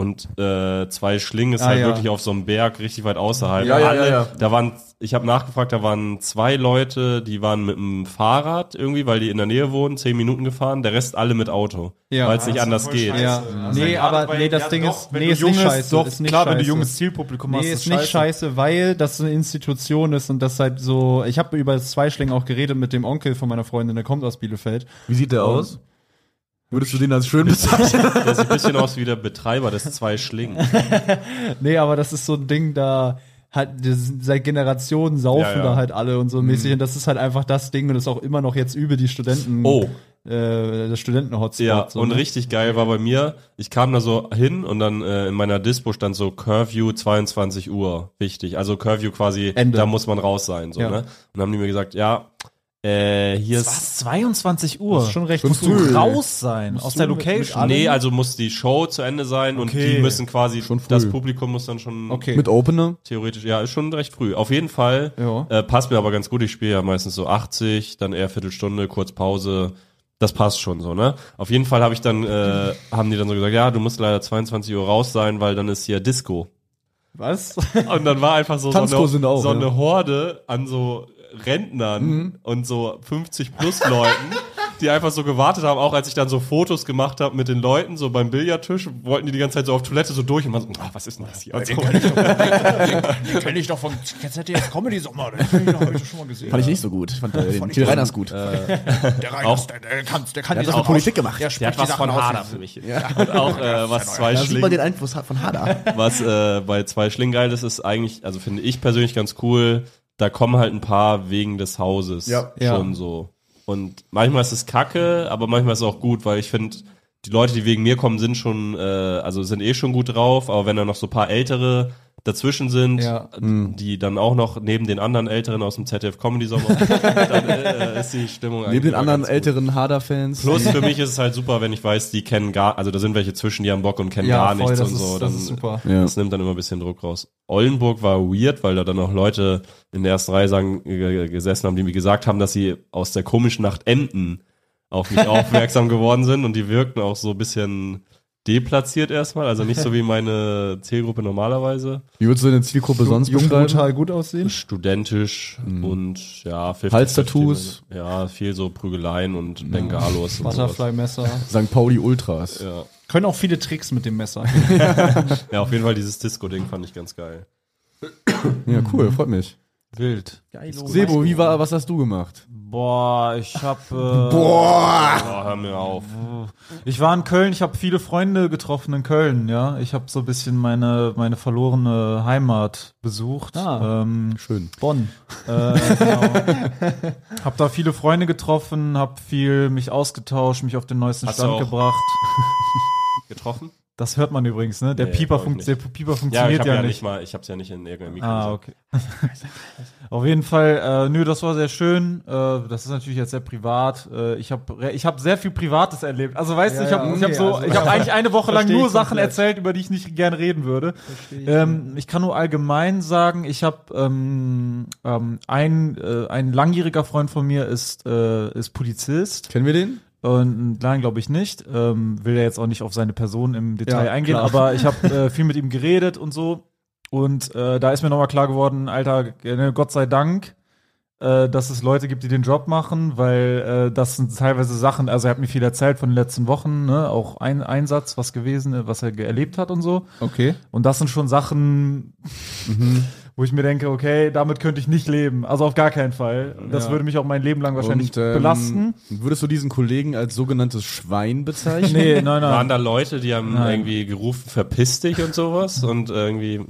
und äh, zwei Schlingen ist Ah, halt ja. wirklich auf so einem Berg richtig weit außerhalb. Ja, ja, Alle, ja, ja. Da waren, ich habe nachgefragt, da waren zwei Leute, die waren mit dem Fahrrad irgendwie, weil die in der Nähe wohnen, zehn Minuten gefahren, der Rest alle mit Auto, Ja. weil es nicht anders geht. Ja. Nee, aber nee, das Ding ist, nee, ist nicht scheiße. ist nicht klar, wenn du scheiße. junges Zielpublikum hast, Nee, ist nicht scheiße, weil das eine Institution ist und das halt so. Ich habe über das Zweischling auch geredet mit dem Onkel von meiner Freundin, der kommt aus Bielefeld. Wie sieht der aus? Würdest du den als schön bezeichnen? Der sieht ein bisschen aus wie der Betreiber des zwei Schlingen. Nee, aber das ist so ein Ding, da hat das sind seit Generationen saufen Ja, Mhm. ja. da halt alle und so mäßig und das ist halt einfach das Ding und das ist auch immer noch jetzt über die Studenten Oh. äh, das Studenten Hotspot Ja, so, und ne? richtig geil war bei mir, ich kam da so hin und dann äh, in meiner Dispo stand so Curfew 22 Uhr, wichtig. Also Curfew quasi, Ende. da muss man raus sein, so, Ja. ne? Und dann haben die mir gesagt, ja, äh, hier ist, Was? 22 Uhr? schon recht Musst du früh. raus sein aus der Location. nee, also muss die Show zu Ende sein und Okay. die müssen quasi, Schon früh. das Publikum muss dann schon Okay. Mit Opener? theoretisch, ja, ist schon recht früh. Auf jeden Fall, Ja. äh, passt mir aber ganz gut, ich spiele ja meistens so 80, dann eher Viertelstunde, kurz Pause. Das passt schon so, ne? Auf jeden Fall habe ich dann, äh, haben die dann so gesagt, ja, du musst leider 22 Uhr raus sein, weil dann ist hier Disco. Was? Und dann war einfach so, so, Tanzkurse sind eine, auch, so ja. Mhm. eine Horde an so Rentnern und so 50 plus Leuten, die einfach so gewartet haben, auch als ich dann so Fotos gemacht habe mit den Leuten, so beim Billardtisch, wollten die die ganze Zeit so auf Toilette so durch und waren so, "Ah, was ist denn das hier? Und so. Kenne ich doch von ZDF Comedy Sommer. Den habe ich doch schon mal gesehen. Fand ich nicht so gut. Fand äh, den Till Reiners gut. Äh, Der Reiners, der, der kann, der der hat das kann die mit Sachen Politik aus- gemacht. Der Der hat spricht die was Sachen von aus. Hader für mich. Und auch äh, was zwei Da sieht man den Schlingen, Einfluss von Hader. was äh, bei zwei Schlingen geil ist, ist eigentlich, also finde ich persönlich ganz cool, da kommen halt ein paar wegen des Hauses Ja. schon so. Und manchmal ist es kacke, aber manchmal ist es auch gut, weil ich finde, die Leute, die wegen mir kommen, sind schon, äh, also sind eh schon gut drauf, aber wenn da noch so ein paar ältere dazwischen sind, Ja. Hm. die dann auch noch neben den anderen älteren aus dem ZDF Comedy Sommer, dann äh, ist die Stimmung eigentlich Neben den immer anderen ganz gut. älteren Hader-Fans. Plus für mich ist es halt super, wenn ich weiß, die kennen gar, also da sind welche zwischen, die haben Bock und kennen gar voll, nichts das und ist, so. das dann, ist super. Ja. das nimmt dann immer ein bisschen Druck raus. Oldenburg war weird, weil da dann auch Leute in der ersten Reihe sagen, äh, gesessen haben, die mir gesagt haben, dass sie aus der komischen Nacht Emden auf mich aufmerksam geworden sind und die wirkten auch so ein bisschen deplatziert erstmal, also nicht so wie meine Zielgruppe normalerweise. Wie würdest du deine Zielgruppe sonst Jung beschreiben? brutal gut aussehen. Studentisch und ja, 50, Halstattoos. Ja, viel so Prügeleien und Bengalos und sowas. Butterfly Messer. St. Pauli Ultras. Ja. Können auch viele Tricks mit dem Messer. ja, auf jeden Fall dieses Disco-Ding fand ich ganz geil. Ja, cool, freut mich. Wild. Sebo, wie war, was hast du gemacht? Boah, ich hab. Äh, Boah. Ah. Oh, hör mir auf. Ich war in Köln, ich habe viele Freunde getroffen in Köln, ja. Ich habe so ein bisschen meine, meine verlorene Heimat besucht. Ah. Ähm, Schön. Bonn. Äh, genau. hab da viele Freunde getroffen, hab viel mich ausgetauscht, mich auf den neuesten Hast du Stand auch- gebracht. Getroffen? Das hört man übrigens, ne? Der Nee, Pieper, glaub ich funkt, nicht. der Pieper Ja, ich funktioniert habe ja, ja, nicht. nicht mal, ich hab's ja nicht in irgendeinem Mikro Ah, okay. Auf jeden Fall, äh, nö, das war sehr schön. Äh, das ist natürlich jetzt sehr privat. Äh, ich habe ich hab sehr viel Privates erlebt. Also weißt du, ich habe ich hab okay, so, also- ich hab eigentlich eine Woche lang Versteh nur ich Sachen komplett. erzählt, über die ich nicht gerne reden würde. Ähm, ich kann nur allgemein sagen, ich habe ähm, ähm, ein, äh, ein langjähriger Freund von mir ist, äh, ist Polizist. Kennen wir den? Und nein, glaube ich nicht. Ähm, will ja jetzt auch nicht auf seine Person im Detail Ja, eingehen, klar. aber ich habe äh, viel mit ihm geredet und so. Und äh, da ist mir nochmal klar geworden, Alter, äh, Gott sei Dank, äh, dass es Leute gibt, die den Job machen, weil äh, das sind teilweise Sachen, also er hat mir viel erzählt von den letzten Wochen, ne? auch ein Einsatz, was gewesen, äh, was er ge- erlebt hat und so. Okay. Und das sind schon Sachen, wo ich mir denke, okay, damit könnte ich nicht leben. Also auf gar keinen Fall. Das würde mich auch mein Leben lang wahrscheinlich ähm, belasten. Würdest du diesen Kollegen als sogenanntes Schwein bezeichnen? Nee, nein, nein. Waren da Leute, die haben irgendwie gerufen, verpiss dich und sowas und irgendwie,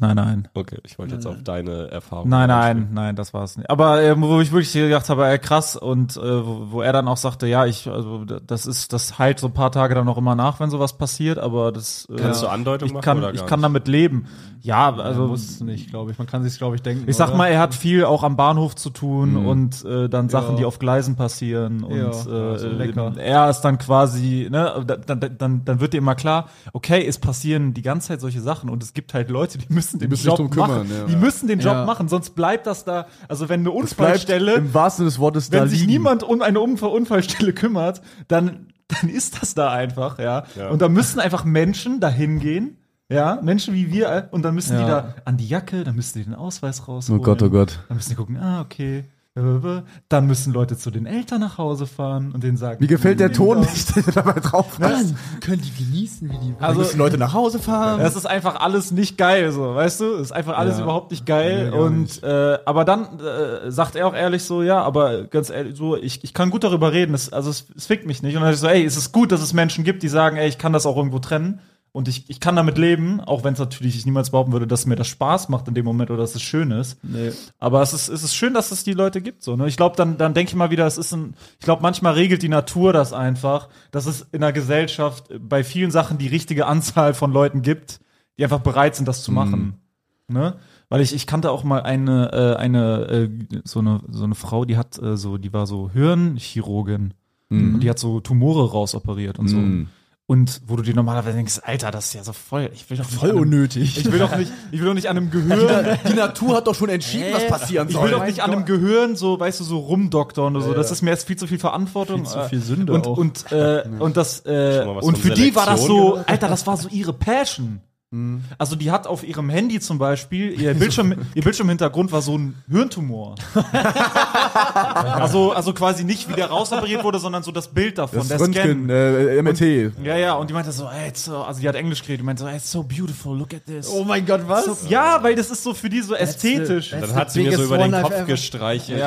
Nein, nein. okay, ich wollte jetzt auf deine Erfahrung. Nein, nein, nein, das war's nicht. Aber ähm, wo ich wirklich gedacht habe, ey, krass, und äh, wo, wo er dann auch sagte, ja, ich, also das ist, das heilt so ein paar Tage dann noch immer nach, wenn sowas passiert, aber das äh, Kannst du Andeutung ich machen kann, oder gar ich kann nicht? damit leben. Ja, Also also muss nicht, glaube ich. Man kann sich glaube ich denken. ich sag oder? mal, er hat viel auch am Bahnhof zu tun und äh, dann Sachen, Ja. die auf Gleisen passieren und Ja, äh, so lecker. äh, er ist dann quasi, ne, dann, dann- dann, dann wird dir immer klar, okay, es passieren die ganze Zeit solche Sachen und es gibt halt Leute, die müssen den müssen sich Job drum kümmern, machen. ja. Die müssen den Job Ja. machen, sonst bleibt das da, also wenn eine Bleibt Unfallstelle, im wahrsten Sinne des Wortes da wenn sich liegen. niemand um eine Unfall Unfallstelle kümmert, dann dann ist das da einfach, ja. Ja. Und da müssen einfach Menschen dahin gehen, ja, Menschen wie wir, äh, und dann müssen die da an die Jacke, dann müssen die den Ausweis rausholen. Oh Gott, oh Gott. Dann müssen die gucken, ah, okay. äh, Dann müssen Leute zu den Eltern nach Hause fahren und denen sagen, Mir gefällt der Ton nicht, der dabei drauf ist. Können die genießen, wie die Also müssen Leute nach Hause fahren. Das ist einfach alles nicht geil, so, weißt du? Ist einfach alles überhaupt nicht geil. und Äh, aber dann äh, sagt er auch ehrlich so, ja, aber ganz ehrlich, so, ich, ich kann gut darüber reden. Es, also es, es fickt mich nicht. Und dann ist so, ey, es ist gut, dass es Menschen gibt, die sagen, ey, ich kann das auch irgendwo trennen. Und ich, ich kann damit leben, auch wenn es natürlich ich niemals behaupten würde, dass mir das Spaß macht in dem Moment oder dass es schön ist. Aber es ist, es ist schön, dass es die Leute gibt. So, ne? Ich glaube, dann, dann denke ich mal wieder, es ist ein, ich glaube, manchmal regelt die Natur das einfach, dass es in der Gesellschaft bei vielen Sachen die richtige Anzahl von Leuten gibt, die einfach bereit sind, das zu machen. Ne? Weil ich, ich kannte auch mal eine, äh, eine, äh, so eine, so eine Frau, die hat äh, so, die war so Hirnchirurgin und die hat so Tumore rausoperiert und so. Und wo du dir normalerweise denkst, Alter, das ist ja so voll, ich will doch voll unnötig. ich will doch nicht, ich will doch nicht an einem Gehirn, Die Natur hat doch schon entschieden, was passieren ich will soll. doch nicht an einem Gehirn so, weißt du, so rumdoktern oder so. Das ist mir jetzt viel zu viel Verantwortung. Viel zu viel Sünde und, auch. Und, äh, und das, äh, mal was und von für die war das Selektion so, Alter, das war so ihre Passion. Also die hat auf ihrem Handy zum Beispiel, ihr, Bildschirm, ihr Bildschirmhintergrund war so ein Hirntumor. also, also quasi nicht, wie der rausoperiert wurde, sondern so das Bild davon, Das der Röntgen, Scan. äh, MRT. Ja, ja, und die meinte so, ey, it's so, also die hat Englisch geredet, die meinte so, ey, it's so beautiful, look at this. Oh mein Gott, was? so, ja, weil das ist so für die so ästhetisch. Dann hat sie mir so über den Kopf gestreichelt.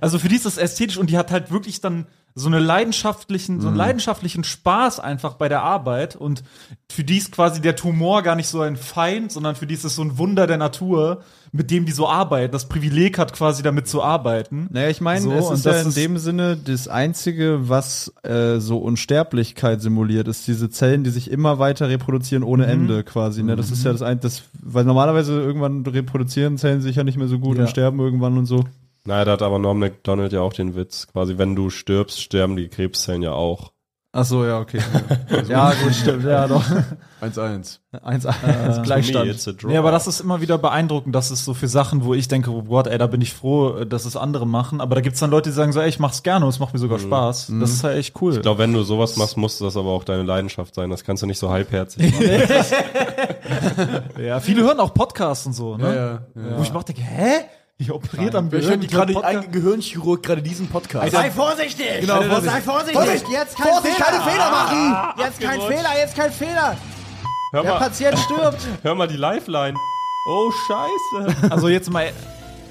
Also für die ist das ästhetisch und die hat halt wirklich dann so eine leidenschaftlichen, Mhm. so einen leidenschaftlichen Spaß einfach bei der Arbeit und für die ist quasi der Tumor gar nicht so ein Feind, sondern für die ist es so ein Wunder der Natur, mit dem die so arbeiten, das Privileg hat quasi damit zu arbeiten. Naja, ich meine, So, es und ist ja das in ist- dem Sinne das Einzige, was äh, so Unsterblichkeit simuliert, ist diese Zellen, die sich immer weiter reproduzieren ohne Mhm. Ende quasi. Ne? Das ist ja das ein, das, weil normalerweise irgendwann reproduzieren Zellen sich ja nicht mehr so gut und sterben irgendwann und so. Naja, da hat aber Norm MacDonald ja auch den Witz. Quasi, wenn du stirbst, sterben die Krebszellen ja auch. Ach so, ja, okay. ja, gut, stimmt, ja, doch. 1-1. Eins, eins, Me, Gleichstand. it's a draw. Ja, aber das ist immer wieder beeindruckend, dass es so für Sachen, wo ich denke, oh Gott, ey, da bin ich froh, äh, dass es andere machen. Aber da gibt's dann Leute, die sagen so, ey, ich mach's gerne und es macht mir Mhm. sogar Spaß. Das ist halt echt cool. ich glaube, wenn du sowas machst, muss das aber auch deine Leidenschaft sein. Das kannst du nicht so halbherzig machen. Ja, viele hören auch Podcasts und so, ne? Ja, ja, Wo ich mir auch denke, hä? Ich operiert am Ich höre Gehirn. die und höre gerade Podcast- ein Gehirnchirurg gerade diesen Podcast. Sei vorsichtig! Genau, Vorsicht. Sei vorsichtig! Vorsicht! Jetzt kein Vorsicht, Fehler! keine Fehler machen! Jetzt kein Fehler, jetzt kein Fehler! Hör Der mal, Patient stirbt! hör mal die Lifeline. Oh, scheiße. Also jetzt mal,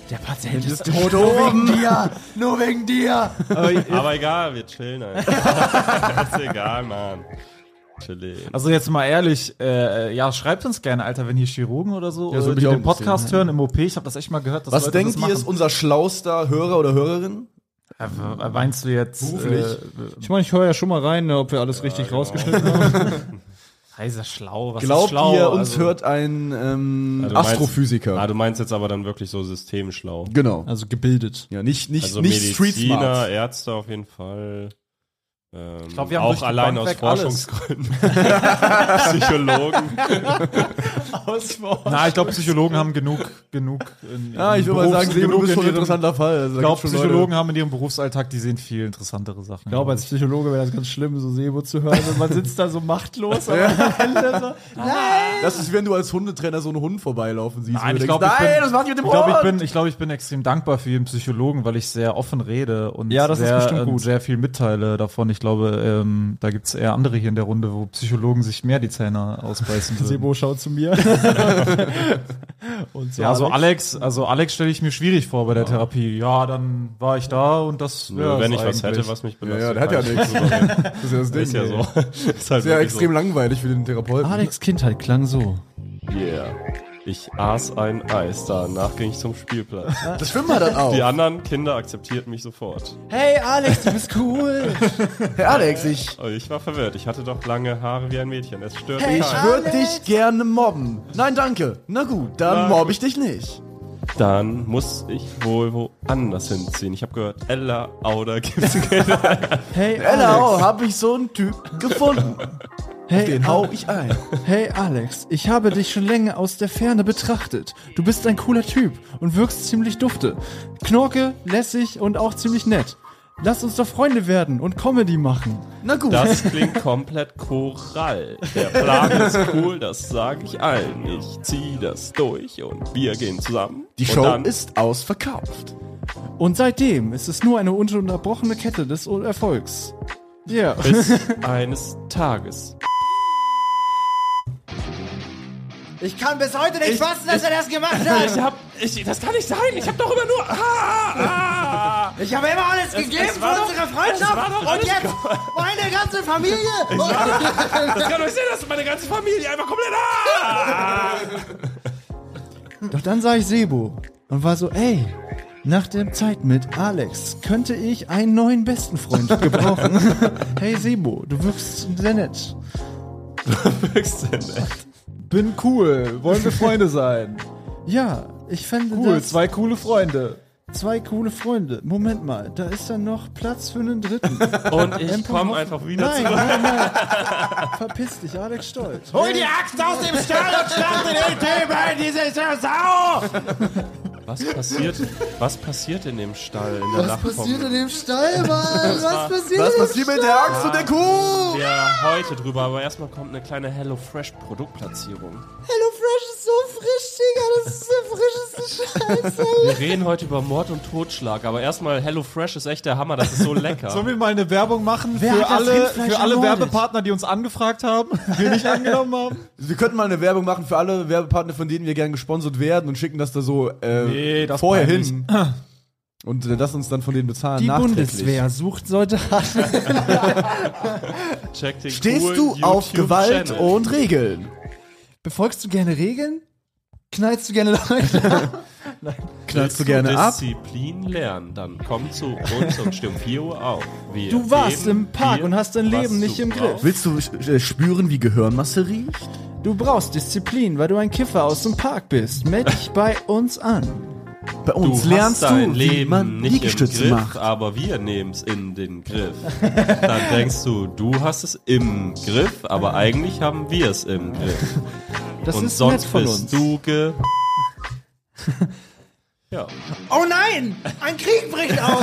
Der Patient ist Oh, tot! Nur wegen dir! Nur wegen dir! aber egal, wir chillen einfach. ist egal, Mann. Chillen. also jetzt mal ehrlich, äh, ja, schreibt uns gerne, Alter, wenn hier Chirurgen oder so, so oder bin die ich auch den ein bisschen, Podcast hören im OP, ich habe das echt mal gehört, dass Was Leute denkt das ihr, ist unser schlauster Hörer oder Hörerin? machen. Äh, Meinst du jetzt? Beruflich? Ich meine, ich höre ja schon mal rein, ne, ob wir alles richtig rausgeschnitten haben. Äh, ist ja schlau, was ist Glaubt schlau? ihr, uns Also- hört ein ähm, Also du meinst- Astrophysiker? Ah, du meinst jetzt aber dann wirklich so systemschlau. genau. Also gebildet. Ja, nicht, nicht, Also nicht Street Mediziner, Smart. Ärzte auf jeden Fall. Ähm, ich glaub, wir haben durch auch die allein Bank aus weg alles. Forschungsgründen. Psychologen. Na, ich glaube, Psychologen haben genug, genug. in Ja, ich ihrem würde mal Berufs- sagen, Sebo, du genug bist in schon ein ihrem- interessanter Fall. Also, da Ich glaube, gibt's schon Psychologen haben in ihrem Berufsalltag, die sehen viel interessantere Sachen. Ich glaube, als Psychologe wäre das ganz schlimm, so Sebo zu hören. Und man sitzt da so machtlos. Aber Leute. Das ist, wenn du als Hundetrainer so einen Hund vorbeilaufen siehst. Nein, und du ich denkst, glaub, ich bin- nein, das macht ihr mit dem Ich glaube, ich Hund! bin, ich glaube, ich bin extrem dankbar für jeden Psychologen, weil ich sehr offen rede und Ja, das ist sehr, bestimmt ähm, gut. sehr viel mitteile davon. Ich glaube, ähm, da gibt's eher andere hier in der Runde, wo Psychologen sich mehr die Zähne ausbeißen würden. Sebo schaut zu mir. und so ja, also Alex. Alex, also Alex stelle ich mir schwierig vor bei der Therapie. Ja, dann war ich da und das Nö, wär's wenn ich was eigentlich. hätte, was mich belastet. Ja, ja, der hat ja kann ich nichts. drüber reden. Das ist ja das Ding. Ist ja ey. halt so. Ist halt Ist ja wirklich extrem langweilig für den Therapeuten. Alex Kindheit klang so. so. Yeah. Ich aß ein Eis, danach ging ich zum Spielplatz. Das schwimmen wir dann auch. Die anderen Kinder akzeptierten mich sofort. Hey Alex, du bist cool! Hey Alex, ich, Oh, Ich war verwirrt. Ich hatte doch lange Haare wie ein Mädchen. Es stört Hey, ich keinen. würde dich gerne mobben. Nein, danke. Na gut, dann mobb ich dich nicht. Dann muss ich wohl woanders hinziehen. Ich habe gehört, Ella Auda gibt's Geld. Hey Hello, oh, hab ich so einen Typ gefunden. Hey, Den hau ich ein. hey Alex, ich habe dich schon länger aus der Ferne betrachtet. Du bist ein cooler Typ und wirkst ziemlich dufte. Knorke, lässig und auch ziemlich nett. Lasst uns doch Freunde werden und Comedy machen. Na gut. Das klingt komplett choral. Der Plan ist cool, das sage ich allen. Ich zieh das durch und wir gehen zusammen. Die und Show dann- ist ausverkauft. Und seitdem ist es nur eine ununterbrochene Kette des Erfolgs. Ja. bis eines Tages. Ich kann bis heute nicht fassen, dass er das gemacht hat. Ich, hab, ich, das kann nicht sein. Ich habe doch immer nur. Ah, ah. habe immer alles gegeben es für war doch- unsere es war Freundschaft. doch Und alles jetzt meine ganze Familie. Das kann doch nicht sein, dass meine ganze Familie einfach komplett. Ah. Doch dann sah ich Sebo und war so, ey, nach der Zeit mit Alex könnte ich einen neuen besten Freund gebrauchen. hey Sebo, du wirkst sehr nett. Höchst nett. Bin Äh, cool. Wollen wir Freunde sein? Ja, ich fände Cool, das zwei coole Freunde. zwei coole Freunde. Moment mal, da ist dann noch Platz für einen dritten. Und ich Tempo komme hoffen. einfach wieder nein, zurück. nein, nein. Verpiss dich, Alex Stolz. Hol die Axt aus dem Stall und schlag den Table, diese Sau. Was passiert, was passiert in dem Stall in der Was Nacht vom- passiert in dem Stall, Mann? Was passiert Was in dem passiert mit der Axt und der Kuh? Ja, heute drüber, aber erstmal kommt eine kleine HelloFresh Produktplatzierung. HelloFresh ist so frisch, Digga. Das ist der frischeste Scheiß. Wir reden heute über Mord und Totschlag, aber erstmal HelloFresh ist echt der Hammer, das ist so lecker. Sollen wir mal eine Werbung machen für hat das alle, Rindfleisch für alle ermordet? Werbepartner, die uns angefragt haben, wir nicht angenommen haben? Wir könnten mal eine Werbung machen für alle Werbepartner, von denen wir gern gesponsert werden und schicken das da so äh, Nee, das vorher peinlich. hin. Und äh, lass uns dann von denen bezahlen. Die nachträglich. Bundeswehr sucht Soldaten. Check den Stehst coolen du auf YouTube Gewalt Channel. und Regeln? Befolgst du gerne Regeln? Knallst du gerne Leute? Knallst du Willst gerne ab? Disziplin lernen, dann komm zu uns und stürm 4 Uhr auf. Wir Du warst geben im Park dir, und hast dein was Leben du nicht im Griff. brauchst. Willst du äh, spüren, wie Gehirnmasse riecht? Du brauchst Disziplin, weil du ein Kiffer aus dem Park bist. Meld dich bei uns an. Bei Du uns hast lernst du, dein Leben wie man nicht im Liegestütze Griff, macht. aber wir nehmen's in den Griff. Dann denkst du, du hast es im Griff, aber eigentlich haben wir es im Griff. Das und ist sonst nett von bist uns. du ge... Ja. Oh nein! Ein Krieg bricht aus!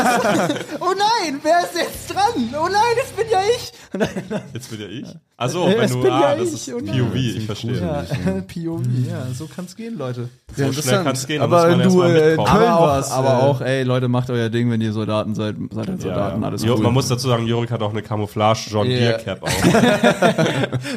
Oh nein! Wer ist jetzt dran? Oh nein, das bin ja ich! Jetzt bin ja ich. Achso, Äh, wenn es du. bin ja Ah, das ich, ist oh nein. POV, ich verstehe. Ja, POV, ja, so kann's gehen, Leute. Ja, So schnell kann's gehen, da Aber muss man wenn du erstmal äh, in Köln mitkommen. Aber auch, warst, aber äh, auch, ey, Leute, macht euer Ding, wenn ihr Soldaten seid, seid halt Soldaten, alles Jo, cool. Man muss dazu sagen, Jorik hat auch eine camouflage john deere cap auf.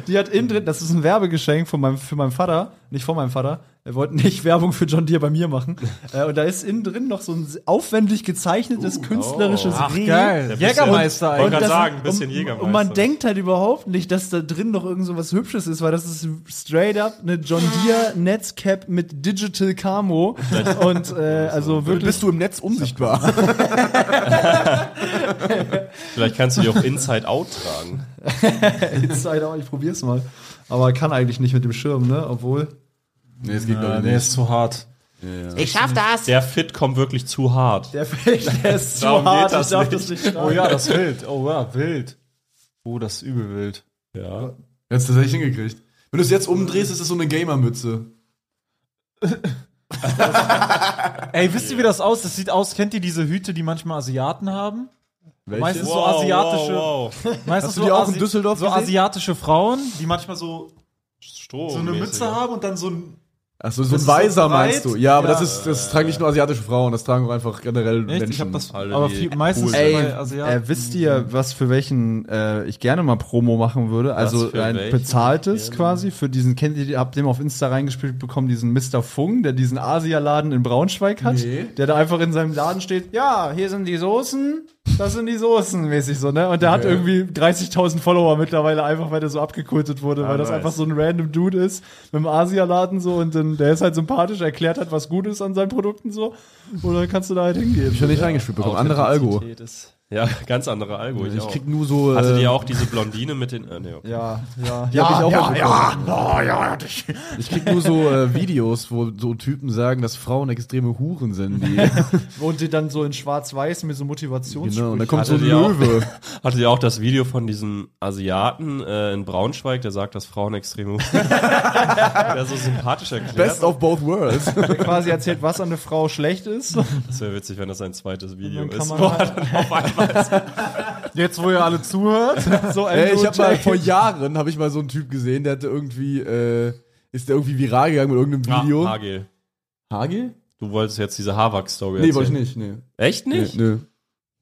Die hat innen drin, das ist ein Werbegeschenk von meinem, für meinen Vater, nicht von meinem Vater. Er wollte nicht Werbung für John Deere bei mir machen. Äh, und da ist innen drin noch so ein aufwendig gezeichnetes künstlerisches Oh. Ach, Reh. Geil. Jägermeister Jägermeister eigentlich. eigentlich. Wollte das- gerade sagen, ein bisschen und, Jägermeister. Und man denkt halt überhaupt nicht, dass da drin noch irgend so was Hübsches ist, weil das ist straight up eine John Deere Netzcap mit Digital Camo. Und äh, also wirklich. bist du im Netz unsichtbar. Vielleicht kannst du die auch Inside Out tragen. Insider, ich probier's mal. Aber kann eigentlich nicht mit dem Schirm, ne? Obwohl. nee, es geht Ah, nee, ist zu hart. Ich schaff das! Der Fit kommt wirklich zu hart. Der Fake, der ist zu Darum geht hart, das ich darf nicht. das nicht Oh tragen. ja, das ist wild. Oh ja, wild. Oh, das ist übel wild. Ja. Jetzt tatsächlich hingekriegt. Wenn du es jetzt umdrehst, ist es so eine Gamermütze. Ey, wisst ihr, wie das aus? Das sieht aus, kennt ihr diese Hüte, die manchmal Asiaten haben? Meistens so asiatische, Oh, Wow, wow. meistens Hast du so die auch in Asi- Düsseldorf so gesehen? asiatische Frauen, die manchmal so, Strom. so eine Mütze haben und dann so ein Achso, so Das ein ist so Weiser breit. meinst du. Ja, aber Ja. das ist, das tragen nicht nur asiatische Frauen, das tragen auch einfach generell Echt? Menschen. Ich hab das Alle, aber die viel, meistens cool bei sind. Ey, Asiaten. äh, wisst Mhm. ihr, was für welchen äh, ich gerne mal Promo machen würde? Also für ein welchen? genau. bezahltes quasi für diesen, kennt ihr, habt dem auf Insta reingespielt bekommen, diesen Mr. Fung, der diesen Asialaden in Braunschweig hat, der da einfach in seinem Laden steht, ja, hier sind die Soßen, das sind die Soßen, mäßig so, ne? Und der hat irgendwie 30.000 Follower mittlerweile, einfach weil der so abgekultet wurde, weil das Ah, nice. einfach so ein random Dude ist, mit dem Asialaden so und dann, der ist halt sympathisch, erklärt hat, was gut ist an seinen Produkten so und dann kannst du da halt hingehen. Ich hab nicht reingespielt bekommen. Anderer Algo. Authentizität ist- Ja, ganz andere Algo. Ich, Ich auch. krieg nur so. Hatte die äh, auch diese Blondine mit den. Äh, nee, okay. Ja, ja. Die hab ich auch ja, ja, Oh, Ich krieg nur so äh, Videos, wo so Typen sagen, dass Frauen extreme Huren sind. Die, Und die dann so in Schwarz-Weiß mit genau, so und Motivationssprüchen. da kommt so ein Hatte die auch. Löwe. Hatte die auch das Video von diesem Asiaten äh, in Braunschweig, der sagt, dass Frauen extrem. der so sympathisch erklärt. Best of both worlds. Der quasi erzählt, was an der Frau schlecht ist. Das wäre witzig, wenn das ein zweites Video dann kann ist. man halt- wo er dann auf einmal Jetzt, wo ihr alle zuhört, so ein Ey, Äh, ich habe mal vor Jahren habe ich mal so einen Typ gesehen, der hatte irgendwie äh, ist der irgendwie viral gegangen mit irgendeinem Video. Ah, Hagel. Hagel? Du wolltest jetzt diese Havak-Story Nee, wollte ich nicht. Nee. Echt Nee, nicht? nee.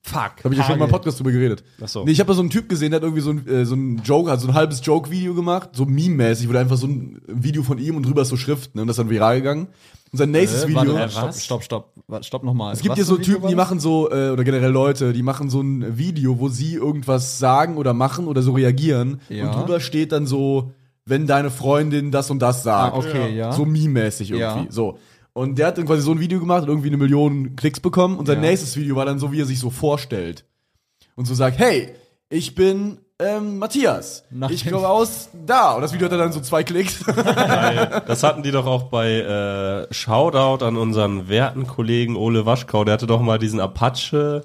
Fuck. Habe ich ja schon mal im Podcast drüber geredet. Achso. Nee, ich habe da so einen Typ gesehen, der hat irgendwie so ein, äh, so ein Joke, also so ein halbes Joke-Video gemacht, so meme-mäßig, wurde einfach so ein Video von ihm und drüber ist so Schrift, ne, und das ist dann viral gegangen. Und sein nächstes Video. Warte, äh, stopp, stopp, stopp, Warte, stopp nochmal. Es gibt ja so Typen, die machen machen so, äh, oder generell Leute, die machen so ein Video, wo sie irgendwas sagen oder machen oder so reagieren. Ja. Und drüber steht dann so, wenn deine Freundin das und das sagt. Ah, okay, ja. So meme-mäßig irgendwie. Ja. So. Und der hat dann quasi so ein Video gemacht und irgendwie eine Million Klicks bekommen. Und sein nächstes Video war dann so, wie er sich so vorstellt. Und so sagt, hey, ich bin ähm, Matthias. Nach ich dem- komme aus da. Und das Video hat dann so zwei Klicks. Das hatten die doch auch bei äh, Shoutout an unseren werten Kollegen Ole Waschkau. Der hatte doch mal diesen Apache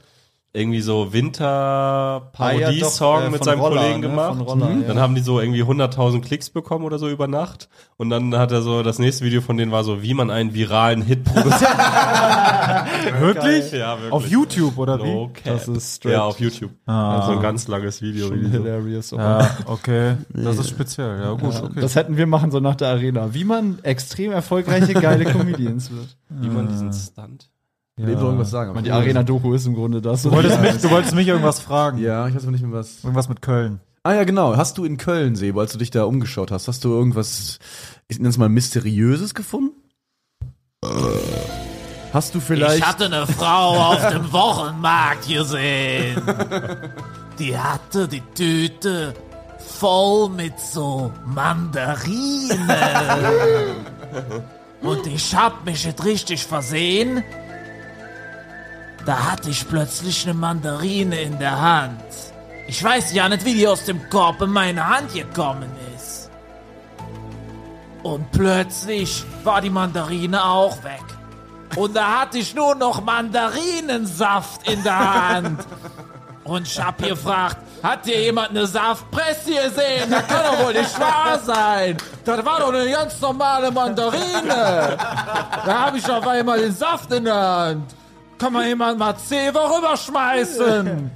irgendwie so Winter-Parodie-Song Ah, ja, doch, äh, mit von seinem Roller, Kollegen ne? gemacht. Von Roller, Mhm. ja. Dann haben die so irgendwie 100.000 Klicks bekommen oder so über Nacht. Und dann hat er so, das nächste Video von denen war so, wie man einen viralen Hit produziert. wirklich? ja, wirklich. Auf YouTube oder wie? No cap. Das ist straight. Ah. ja, auf YouTube. So ein ganz langes Video. irgendwie so. hilarious. Ja, okay. Das ist speziell. Ja, gut, okay. Das hätten wir machen sollen nach der Arena. Wie man extrem erfolgreiche, geile Comedians wird. Wie man diesen Stunt. Ich will irgendwas sagen. aber- Die Arena-Doku ist im Grunde das. Du wolltest, mich, du wolltest mich irgendwas fragen. Ja, ich weiß aber nicht mehr was. Irgendwas mit Köln. Ah ja, genau. Hast du in Köln, Sebo, als du dich da umgeschaut hast, hast du irgendwas, ich nenn's mal, Mysteriöses gefunden? Hast du vielleicht... Ich hatte eine Frau auf dem Wochenmarkt gesehen. Die hatte die Tüte voll mit so Mandarinen. Und ich hab mich jetzt richtig versehen. Da hatte ich plötzlich eine Mandarine in der Hand. Ich weiß ja nicht, wie die aus dem Korb in meine Hand gekommen ist. Und plötzlich war die Mandarine auch weg. Und da hatte ich nur noch Mandarinensaft in der Hand. Und ich hab gefragt, hat hier jemand eine Saftpresse gesehen? Das kann doch wohl nicht wahr sein. Das war doch eine ganz normale Mandarine. Da habe ich auf einmal den Saft in der Hand. Kann man jemand mal Zewa rüberschmeißen?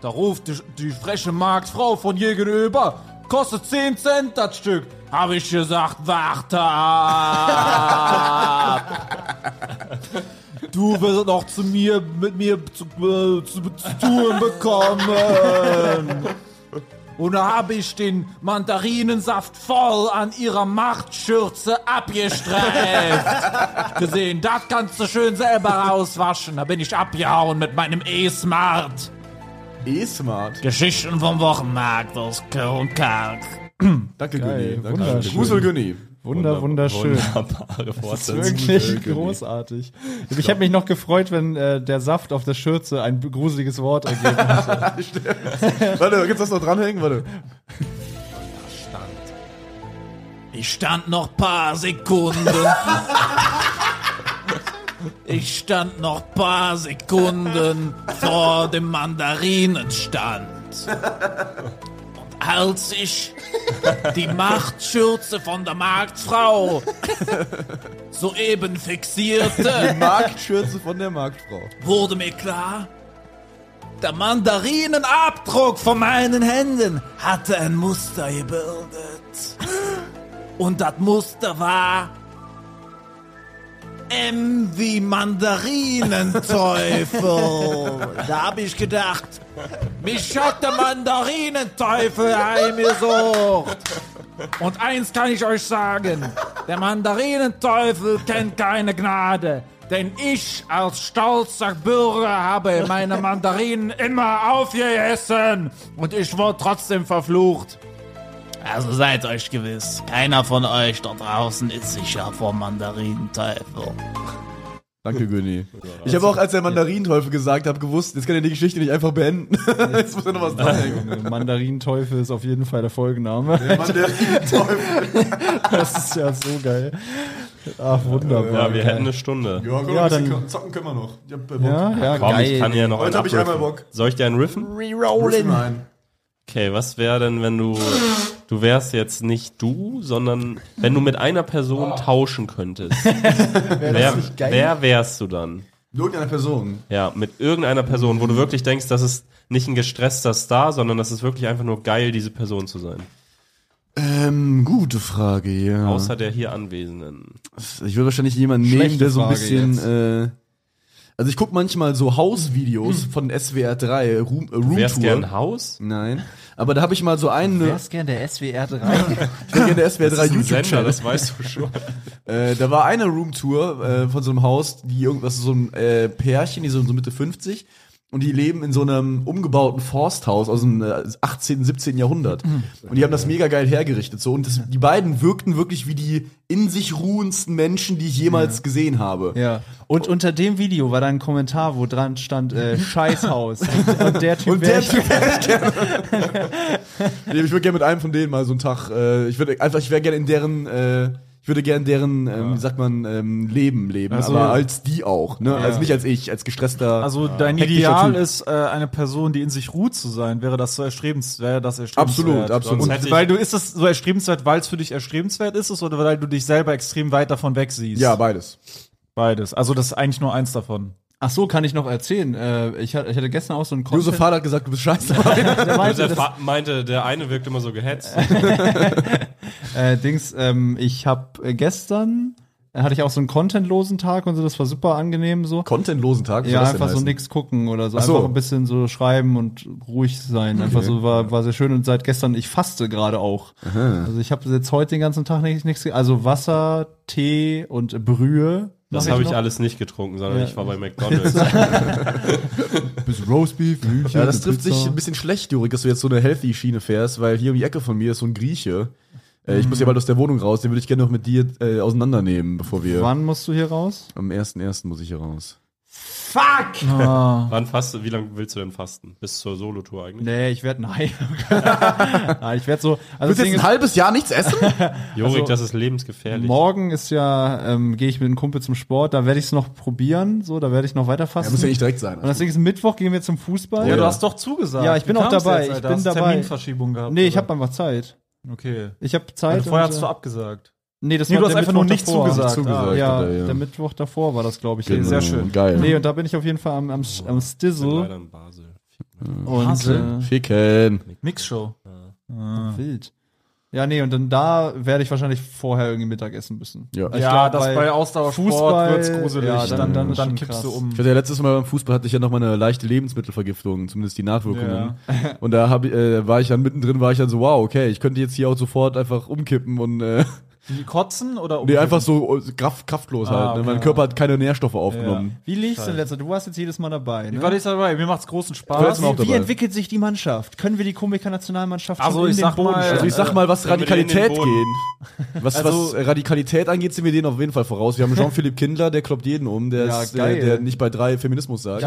Da ruft die, die freche Marktfrau von Jägenöber. Kostet 10 Cent das Stück. Habe ich gesagt, warte ab. Du wirst noch zu mir, mit mir zu, äh, zu, zu tun bekommen. Und da habe ich den Mandarinensaft voll an ihrer Machtschürze abgestreift. Gesehen, das kannst du schön selber rauswaschen. Da bin ich abgehauen mit meinem E-Smart. E-Smart. Geschichten vom Wochenmarkt aus Köln-Kalk. Danke, Günni. Danke. wunderschön. Grusel, Günni. Wunder, wunderschön. Wunderbare Fortsetzung. Wirklich großartig. Ich habe mich noch gefreut, wenn äh, der Saft auf der Schürze ein gruseliges Wort ergeben hat. Warte, gibt's das noch dranhängen? Warte. Ich stand noch paar Sekunden. Ich stand noch paar Sekunden vor dem Mandarinenstand. Und als ich die Machtschürze von der Marktfrau soeben fixierte, Marktschürze von der Marktfrau. wurde mir klar, der Mandarinenabdruck von meinen Händen hatte ein Muster gebildet. Und das Muster war M wie Mandarinenteufel. Da habe ich gedacht, mich hat der Mandarinenteufel heimgesucht. Und eins kann ich euch sagen: Der Mandarinenteufel kennt keine Gnade. Denn ich als stolzer Bürger habe meine Mandarinen immer aufgegessen. Und ich wurde trotzdem verflucht. Also seid euch gewiss, keiner von euch dort draußen ist sicher vor Mandarinenteufel. Danke, Günni. Ich habe auch, als der Mandarinteufel gesagt hat, gewusst, jetzt kann er die Geschichte nicht einfach beenden. jetzt muss er noch was dranhängen. Mandarinteufel ist auf jeden Fall der Folgenname. Mandarinteufel. Das ist ja so geil. Ach, wunderbar. Ja, wir hätten eine Stunde. Ja, komm, Ja, ein bisschen dann- zocken können wir noch. Ich hab, äh, Bock. Ja, ja, Komm, ich kann ja noch Heute einen hab ich abriffen. einmal Bock. Soll ich dir einen riffen? Ruf ihn ein. Okay, was wäre denn, wenn du. Du wärst jetzt nicht du, sondern wenn du mit einer Person tauschen könntest. wer, nicht geil? wer wärst du dann? Irgendeine Person. Ja, mit irgendeiner Person, wo du wirklich denkst, das ist nicht ein gestresster Star, sondern das ist wirklich einfach nur geil, diese Person zu sein. Ähm, gute Frage, ja. Außer der hier Anwesenden. Ich würde wahrscheinlich jemanden nehmen, der so ein bisschen. Äh, also ich gucke manchmal so Hausvideos von SWR 3, Room, äh, Room Wärst Tour. gern Hm. ein Haus? Nein. Aber da habe ich mal so einen. Wer ist gern der SWR 3? Ich bin gerne der SWR 3 Das ist ein Sender, YouTube-Channel. das weißt du schon. Äh, da war eine Roomtour äh, von so einem Haus, die irgendwas so ein äh, Pärchen, die sind so Mitte 50 und die leben in so einem umgebauten Forsthaus aus dem äh, 18., 17. Jahrhundert. Hm. Und die haben das mega geil hergerichtet. So. Und das, die beiden wirkten wirklich wie die in sich ruhendsten Menschen, die ich jemals gesehen habe. ja. Und unter dem Video war da ein Kommentar, wo dran stand, äh, Scheißhaus. Und, und der Typ Und der wär ich- Typ wär ich gerne. nee, ich würde gerne mit einem von denen mal so einen Tag. Äh, ich würde einfach, ich wäre gerne in deren, äh, ich würde gerne deren, ähm, wie sagt man, ähm, Leben leben. aber als die auch, ne? Also nicht als ich, als gestresster. Also dein hektischer Ideal Typ. ist, äh, eine Person, die in sich ruht zu sein, wäre das so erstrebens, wäre das erstrebenswert. Absolut, absolut. Sonst Und hätte ich- Weil du ist es so erstrebenswert, weil es für dich erstrebenswert ist, ist, oder weil du dich selber extrem weit davon weg siehst? ja, beides. beides. Also das ist eigentlich nur eins davon. Ach so, kann ich noch erzählen. Äh, ich, hatte- ich hatte gestern auch so einen Content. Äh, Josef Vater hat gesagt, du bist scheiße. der meinte, Der dass- Fa- meinte, der eine wirkt immer so gehetzt. Äh, Dings, ähm, ich habe äh, gestern äh, hatte ich auch so einen contentlosen Tag und so, das war super angenehm so. Contentlosen Tag. was ja, soll das denn einfach so heißen? nix gucken oder so. Ach so. Einfach ein bisschen so schreiben und ruhig sein. Einfach so war, war sehr schön und seit gestern, ich faste gerade auch. Also ich habe jetzt heute den ganzen Tag nichts, nichts ge- also Wasser, Tee und Brühe. Das habe ich alles nicht getrunken, sondern Ja. ich war bei McDonalds. Ja, Bisschen Roastbeef, Hühnchen. Ja, das trifft Pizza. sich ein bisschen schlecht, Jurik, dass du jetzt so eine healthy Schiene fährst, weil hier um die Ecke von mir ist so ein Grieche. Äh, ich Mhm. muss ja bald aus der Wohnung raus, den würde ich gerne noch mit dir äh, auseinandernehmen, bevor wir. Wann musst du hier raus? Am 1.1. muss ich hier raus. Wann fast, wie lange willst du denn fasten? Bis zur Solo-Tour eigentlich? Nee, ich werd nein. nein, ich werd so. Also das Willst du jetzt Ding ein ist, halbes Jahr nichts essen? Jorik, also das ist lebensgefährlich. morgen ist ja, ähm, gehe ich mit einem Kumpel zum Sport, da werde ich es noch probieren, so, da werde ich noch weiter fasten. direkt sein. und deswegen ist Mittwoch gehen wir zum Fußball. Ja, du hast doch zugesagt. Ja, ich bin Wie auch kam's dabei, ich Alter? bin Hast dabei. Terminverschiebung gehabt. nee, ich oder? habe einfach Zeit. Okay. Ich habe Weil Zeit. du vorher und, hast äh, du abgesagt. Nee, das Nee, war du der hast einfach nur Mittwoch nicht davor. zugesagt. Zugesagt. Ah, Ja, Oder, ja. der Mittwoch davor war das, glaube ich. Genau, Sehr Sehr schön. Geil. Nee, und da bin ich auf jeden Fall am, am, am Ich bin Stizzle. leider in Basel. Und, äh, Ficken. Mixshow. Ah. wild. Ja, nee, und dann da werde ich wahrscheinlich vorher irgendwie Mittag essen müssen. Ja. Ich Ja, glaub, das bei Ausdauersport Fußball- wird's gruselig. ja, dann- dann, dann dann, ist schon kippst krass. du um. Ich hatte ja letztes Mal beim Fußball hatte ich ja noch mal eine leichte Lebensmittelvergiftung, zumindest die Nachwirkungen. Und da hab, ich- äh, war ich dann mittendrin, war ich dann so, wow, okay, ich könnte jetzt hier auch sofort einfach umkippen und äh, Die kotzen oder nee, einfach so äh, kraft, kraftlos Ah, halt. Ne? okay. Mein Körper hat keine Nährstoffe aufgenommen. Wie lief's denn letzter? Du warst jetzt jedes Mal dabei. Ne? Ich war nicht dabei. Mir macht's großen Spaß. Letztes Mal auch Wie dabei. entwickelt sich die Mannschaft? Können wir die Komiker-Nationalmannschaft Also, ich sag mal, stellen? Also ich sag mal, was Wenn wir den in den Radikalität Boden- gehen. Was, was äh, Radikalität angeht, sind wir denen auf jeden Fall voraus. Wir haben Jean-Philippe Kindler, der kloppt jeden um, der, Ja, ist, geil. äh, der nicht bei drei Feminismus sagt.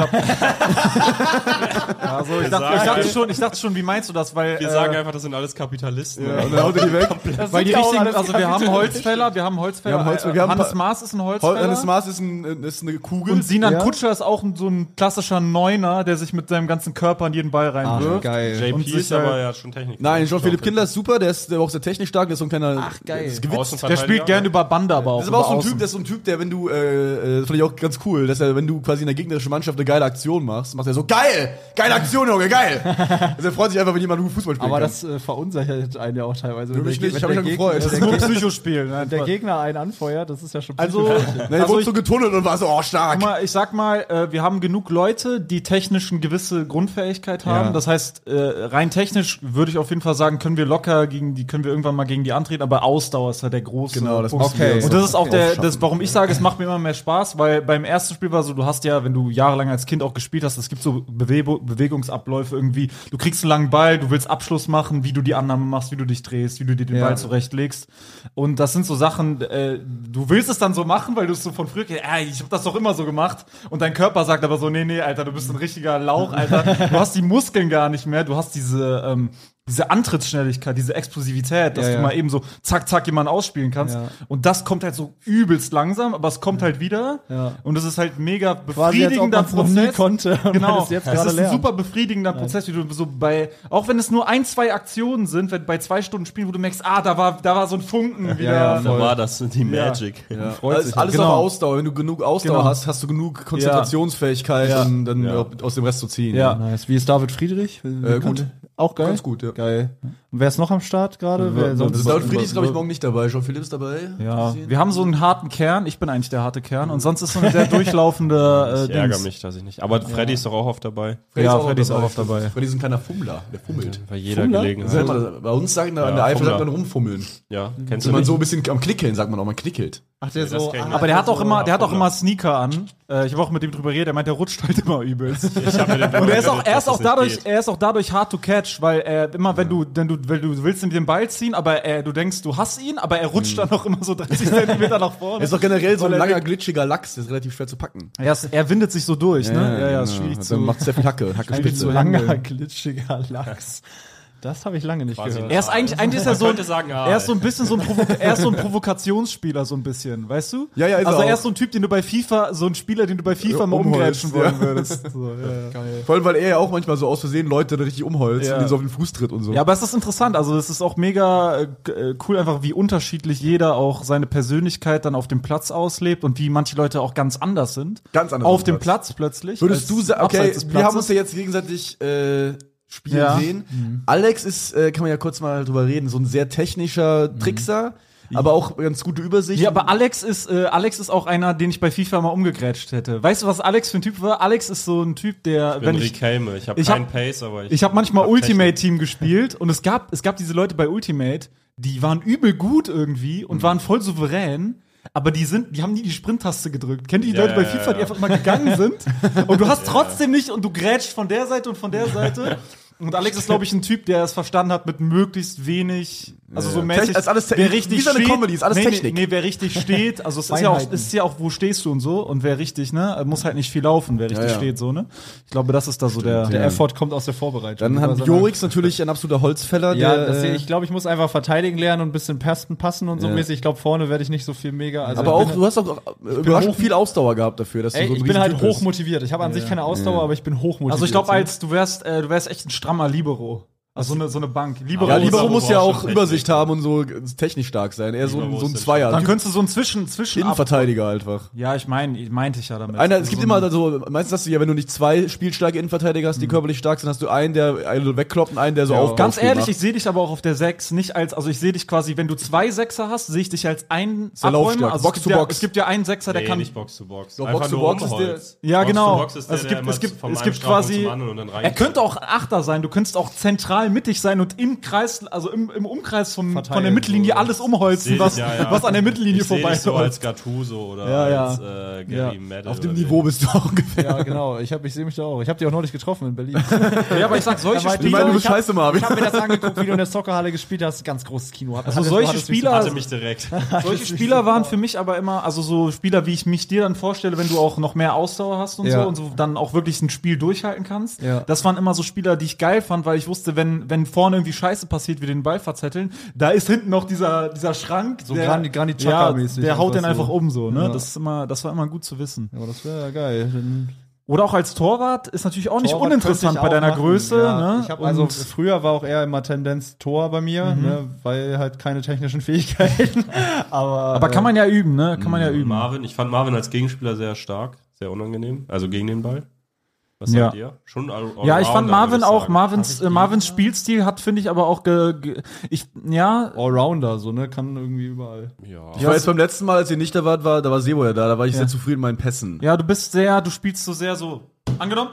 Also, ich, dachte, sagen- ich, dachte schon, ich dachte schon, wie meinst du das? Weil äh, Wir sagen einfach, das sind alles Kapitalisten. Ja, und dann haut er die weg. Weil genau, die richtigen, also wir haben Holzfäller, wir haben Holzfäller. Wir haben Holz- äh, wir haben Hannes Pa- Maas ist ein Holzfäller. Hannes Maas ist, ein, ist eine Kugel. und Sinan Ja. Kutscher ist auch ein- so ein klassischer Neuner, der sich mit seinem ganzen Körper in jeden Ball Ach, reinwirft. Ah, geil. JP Und ist sicher- aber ja schon Technik. Nein, Jean-Philippe Kindler ist super, der ist, der ist auch sehr technisch stark, der ist so ein kleiner Ach, geil. Das ist gewitzt. Der spielt gerne über Bande, aber auch. Das ist aber auch so ein über Typ, der ist so ein Typ, der, wenn du, äh, äh, das fand ich auch ganz cool, dass er, wenn du quasi in der gegnerischen Mannschaft eine geile Aktion machst, macht er so, geil! Geile Aktion, Junge, geil! Also er freut sich einfach, wenn jemand gut Fußball spielt. Aber das äh, verunsichert einen ja auch teilweise. mich Wenn nicht, ich der hab mich schon gefreut. Gegner- wenn Außen. Der, Nur Gegner- Psychospiel. wenn Nein, der Gegner einen anfeuert, das ist ja schon also, ne, er Also wurde ich- so getunnelt und war so, oh, stark! Guck mal, ich sag mal, äh, wir haben genug Leute, die technisch eine gewisse Grundfähigkeit haben. Das heißt, äh, rein technisch würde ich auf jeden Fall sagen, können wir locker gegen die, können wir irgendwann mal gegen die antreten, aber Ausdauer ist ja der große. Genau, das Punkt. müssen wir Und das ist auch der, aufschaffen. das, warum ich sage, es macht mir immer mehr Spaß, weil beim ersten Spiel war so, du hast ja, wenn du jahrelang als Kind auch gespielt hast, es gibt so Bewebu- Bewegungsabläufe irgendwie. Du kriegst einen langen Ball, du willst Abschluss machen, wie du die Annahme machst, wie du dich drehst, wie du dir den Ball zurechtlegst. Und das sind so Sachen, äh, du willst es dann so machen, weil du es so von früher, äh, ich habe das doch immer so gemacht. Und dein Körper sagt aber so, nee, nee, Alter, du bist ein richtiger Lauch, Alter. Du hast die Muskeln gar nicht mehr, du hast diese ähm, diese Antrittsschnelligkeit, diese Explosivität, dass Ja, du ja. mal eben so zack, zack jemanden ausspielen kannst. Ja. Und das kommt halt so übelst langsam, aber es kommt halt wieder. Ja. Und es ist halt mega Quasi, als ob befriedigender man's noch nie Prozess. konnte. und Genau, man das es jetzt ist, gerade ein lernt. super befriedigender Prozess, wie du so bei, auch wenn es nur ein, zwei Aktionen sind, wenn bei zwei Stunden Spielen, wo du merkst, ah, da war, da war so ein Funken wieder. Da war das die Magic. Freut alles sich. alles Genau. auf Ausdauer. Wenn du genug Ausdauer Genau. hast, hast du genug Konzentrationsfähigkeit, um dann äh, aus dem Rest zu ziehen. Ja. Nice. Wie ist David Friedrich? Äh, gut. Auch geil? Ganz gut, ja. Geil. Und wer ist noch am Start gerade? Wer sonst? Also David Friedrich ist, glaube ich, morgen nicht dabei. Jean-Philipp ist dabei. Ja, wir haben so einen harten Kern. Ich bin eigentlich der harte Kern. Und sonst ist so ein sehr durchlaufender Ich äh, ärgere Dings. mich, dass ich nicht. Aber Freddy ist doch auch oft dabei. Freddy Ja, auch Freddy ist dabei. auch oft dabei. Freddy ist ein kleiner Fummler. Der fummelt. Bei jeder Sagt Gelegenheit. man, bei uns sagt man, an der Ja, Eifel sagt Fummler. man rumfummeln. Ja, kennst Wenn du man nicht? so ein bisschen am Knickeln, sagt man auch, man knickelt. Ach, der das kenn ich nicht. Aber der hat auch immer, der hat auch immer Sneaker an. Äh, ich habe auch mit dem drüber geredet, der meint, der rutscht halt immer übelst. Ich hab mir den Und er ist auch, er dass ist auch das nicht dadurch, geht. er ist auch dadurch hard to catch, weil er immer, wenn du, wenn du, wenn du willst in den Ball ziehen, aber er, du denkst, du hast ihn, aber er rutscht dann auch immer so 30 Zentimeter nach Er vorne. ist doch generell so ein Oder langer, glitschiger Lachs, der ist relativ schwer zu packen. Er, ist, er windet sich so durch, ne? Ja, ja, ist schwierig genau. Dann zu. macht sehr viel Hacke, Hacke so spitze. langer, glitschiger Lachs. Das habe ich lange nicht gehört. Er ist eigentlich, eigentlich ist er so, ein, könnte sagen, ah, er ist so ein bisschen so ein, Provo er ist so ein Provokationsspieler, so ein bisschen, weißt du? Ja, ja, ist er Also er auch. ist so ein Typ, den du bei FIFA, so ein Spieler, den du bei FIFA mal umholst, umgrätschen wollen ja. würdest. So, ja. Vor allem, weil er ja auch manchmal so aus Versehen Leute richtig umholzt Ja. und ihnen so auf den Fuß tritt und so. Ja, aber es ist interessant. Also es ist auch mega äh, g- äh, cool, einfach wie unterschiedlich jeder auch seine Persönlichkeit dann auf dem Platz auslebt und wie manche Leute auch ganz anders sind. Ganz anders Auf am dem Platz. Platz plötzlich. Würdest du sagen, okay, wir haben uns ja ja jetzt gegenseitig äh, spielen Ja. sehen. Alex ist, äh, kann man ja kurz mal drüber reden, so ein sehr technischer Trickser, aber auch ganz gute Übersicht. ja, aber Alex ist äh, Alex ist auch einer, den ich bei FIFA mal umgegrätscht hätte. Weißt du, was Alex für ein Typ war? Alex ist so ein Typ, der Ich bin wenn ich Rick Helme. Ich habe ich keinen hab- Pace, aber ich. Ich habe manchmal hab Ultimate Technik. Team gespielt und es gab, es gab diese Leute bei Ultimate, die waren übel gut irgendwie Mhm. und waren voll souverän. Aber die sind, die haben nie die Sprinttaste gedrückt. Kennt ihr die Ja, Leute bei ja, FIFA, ja. die einfach immer gegangen sind? Und du hast trotzdem nicht und du grätscht von der Seite und von der Seite. Und Alex ist, glaube ich, ein Typ, der es verstanden hat mit möglichst wenig, also so ja. mäßig. Technik ist alles Te- wer richtig wie so eine steht, Comedy, ist alles nee, Technik. Nee, nee, wer richtig steht, also es ist ja auch, Feinheiten. es ist ja auch, wo stehst du und so. Und wer richtig, ne, muss halt nicht viel laufen, wer richtig Ja, ja. steht, so, ne. Ich glaube, das ist da so der, der Effort kommt aus der Vorbereitung. Dann Das war hat so Jorix natürlich ein absoluter Holzfäller, eine- Ja, der. das sehe äh, ich Ich glaube, ich muss einfach verteidigen lernen und ein bisschen passen, passen und so Ja. mäßig. Ich glaube, vorne werde ich nicht so viel mega. Also aber ich auch, bin, du hast auch äh, überraschend hoch- viel Ausdauer gehabt dafür, dass ey, du so ein ich bin halt Riesentyp bist. hoch motiviert. Ich habe an sich keine Ausdauer, aber ich bin hoch motiviert. Also ich glaube, als du wärst, äh, du wärst echt ein strammer Libero. Also so eine, so eine Bank. Libero. Ja, Aber Libero Libero muss ja braucht auch schon Übersicht Technik. haben und so äh, technisch stark sein. Er ist so ein, Libero so ein ist der Zweier. dann Typ. könntest du so ein Zwischen, Zwischen Innenverteidiger einfach. Ja, ich meine, ich meinte ich ja damit. Einer, es Also gibt so immer ein- so, meistens hast du ja, wenn du nicht zwei spielstarke Innenverteidiger hast, die körperlich stark sind, hast du einen, der einen wegkloppt und einen, der so aufbaut. Ganz ehrlich, ich sehe dich aber auch auf der 6 nicht als, also ich sehe dich quäsi, wenn du zwei Sechser hast, sehe ich dich als einen der Laufstärke. Also Box es, to gibt ja, Box. es gibt ja einen Sechser, der Nee, kann. nicht Box to Box. Doch, Einfach Box to nur Box ist der- umholz. Ja, Box genau. To Box ist der, Also es gibt, der es gibt, vom es einen gibt Strafraum quasi. zum anderen und dann rein- Er könnte auch ein Achter sein. Du könntest auch zentral mittig sein und im Kreis, also im, im Umkreis vom, von der Verteilen, Mittellinie so. alles umholzen, Seh was, dich, ja, ja. was an der Mittellinie Ich seh vorbei dich so als Gattuso oder Ja, ja. als äh, Gary Ja. Medel. auf dem oder Niveau bist du auch ungefähr. ja, genau. Ich, hab- ich sehe mich da auch. Ich habe die auch neulich getroffen in Berlin. Ja, aber ich sag, solche meinte, Ich meine, du bist Ich hab- scheiße, Marvin. Ich habe mir das angeguckt, wie du in der Soccerhalle gespielt hast. Ganz großes Kino. Hat- Also hat- solche hat es mich Spieler- so- Hatte mich direkt. Solche Spieler waren für mich aber immer, also so Spieler, wie ich mich dir dann vorstelle, wenn du auch noch mehr Ausdauer hast und Ja. so und so dann auch wirklich ein Spiel durchhalten kannst. Ja. Das waren immer so Spieler, die ich geil fand, weil ich wusste, wenn, wenn vorne irgendwie Scheiße passiert, wir den Ball verzetteln, da ist hinten noch dieser, dieser Schrank. So Granit- Granit Xhaka-mäßig Der haut einfach den einfach so. um so, ne? Ja. Das ist immer, das war immer gut zu wissen. Aber das wäre ja geil. Dann Oder auch als Torwart ist natürlich auch nicht Torwart uninteressant könnte ich bei auch deiner machen. Größe, Ja, ne? Ich hab Und- also früher war auch eher immer Tendenz Tor bei mir, ne, weil halt keine technischen Fähigkeiten. Aber, aber kann man ja üben, ne? Kann man Mhm. ja üben. Marvin, ich fand Marvin als Gegenspieler sehr stark, sehr unangenehm. Also gegen den Ball. Was Ja. sagt ihr? Schon all, Ja, ich fand Allrounder, Marvin würde ich auch, sagen. Marvins, äh, Marvins Spielstil hat, finde ich, aber auch, ge, ge, ich, ja, Oh. Allrounder, so, ne? Kann irgendwie überall. Ich war jetzt beim letzten Mal, als ihr nicht da wart, war, da war Sebo ja da, da war ich sehr zufrieden mit meinen Pässen. Ja, du bist sehr, du spielst so sehr so angenommen.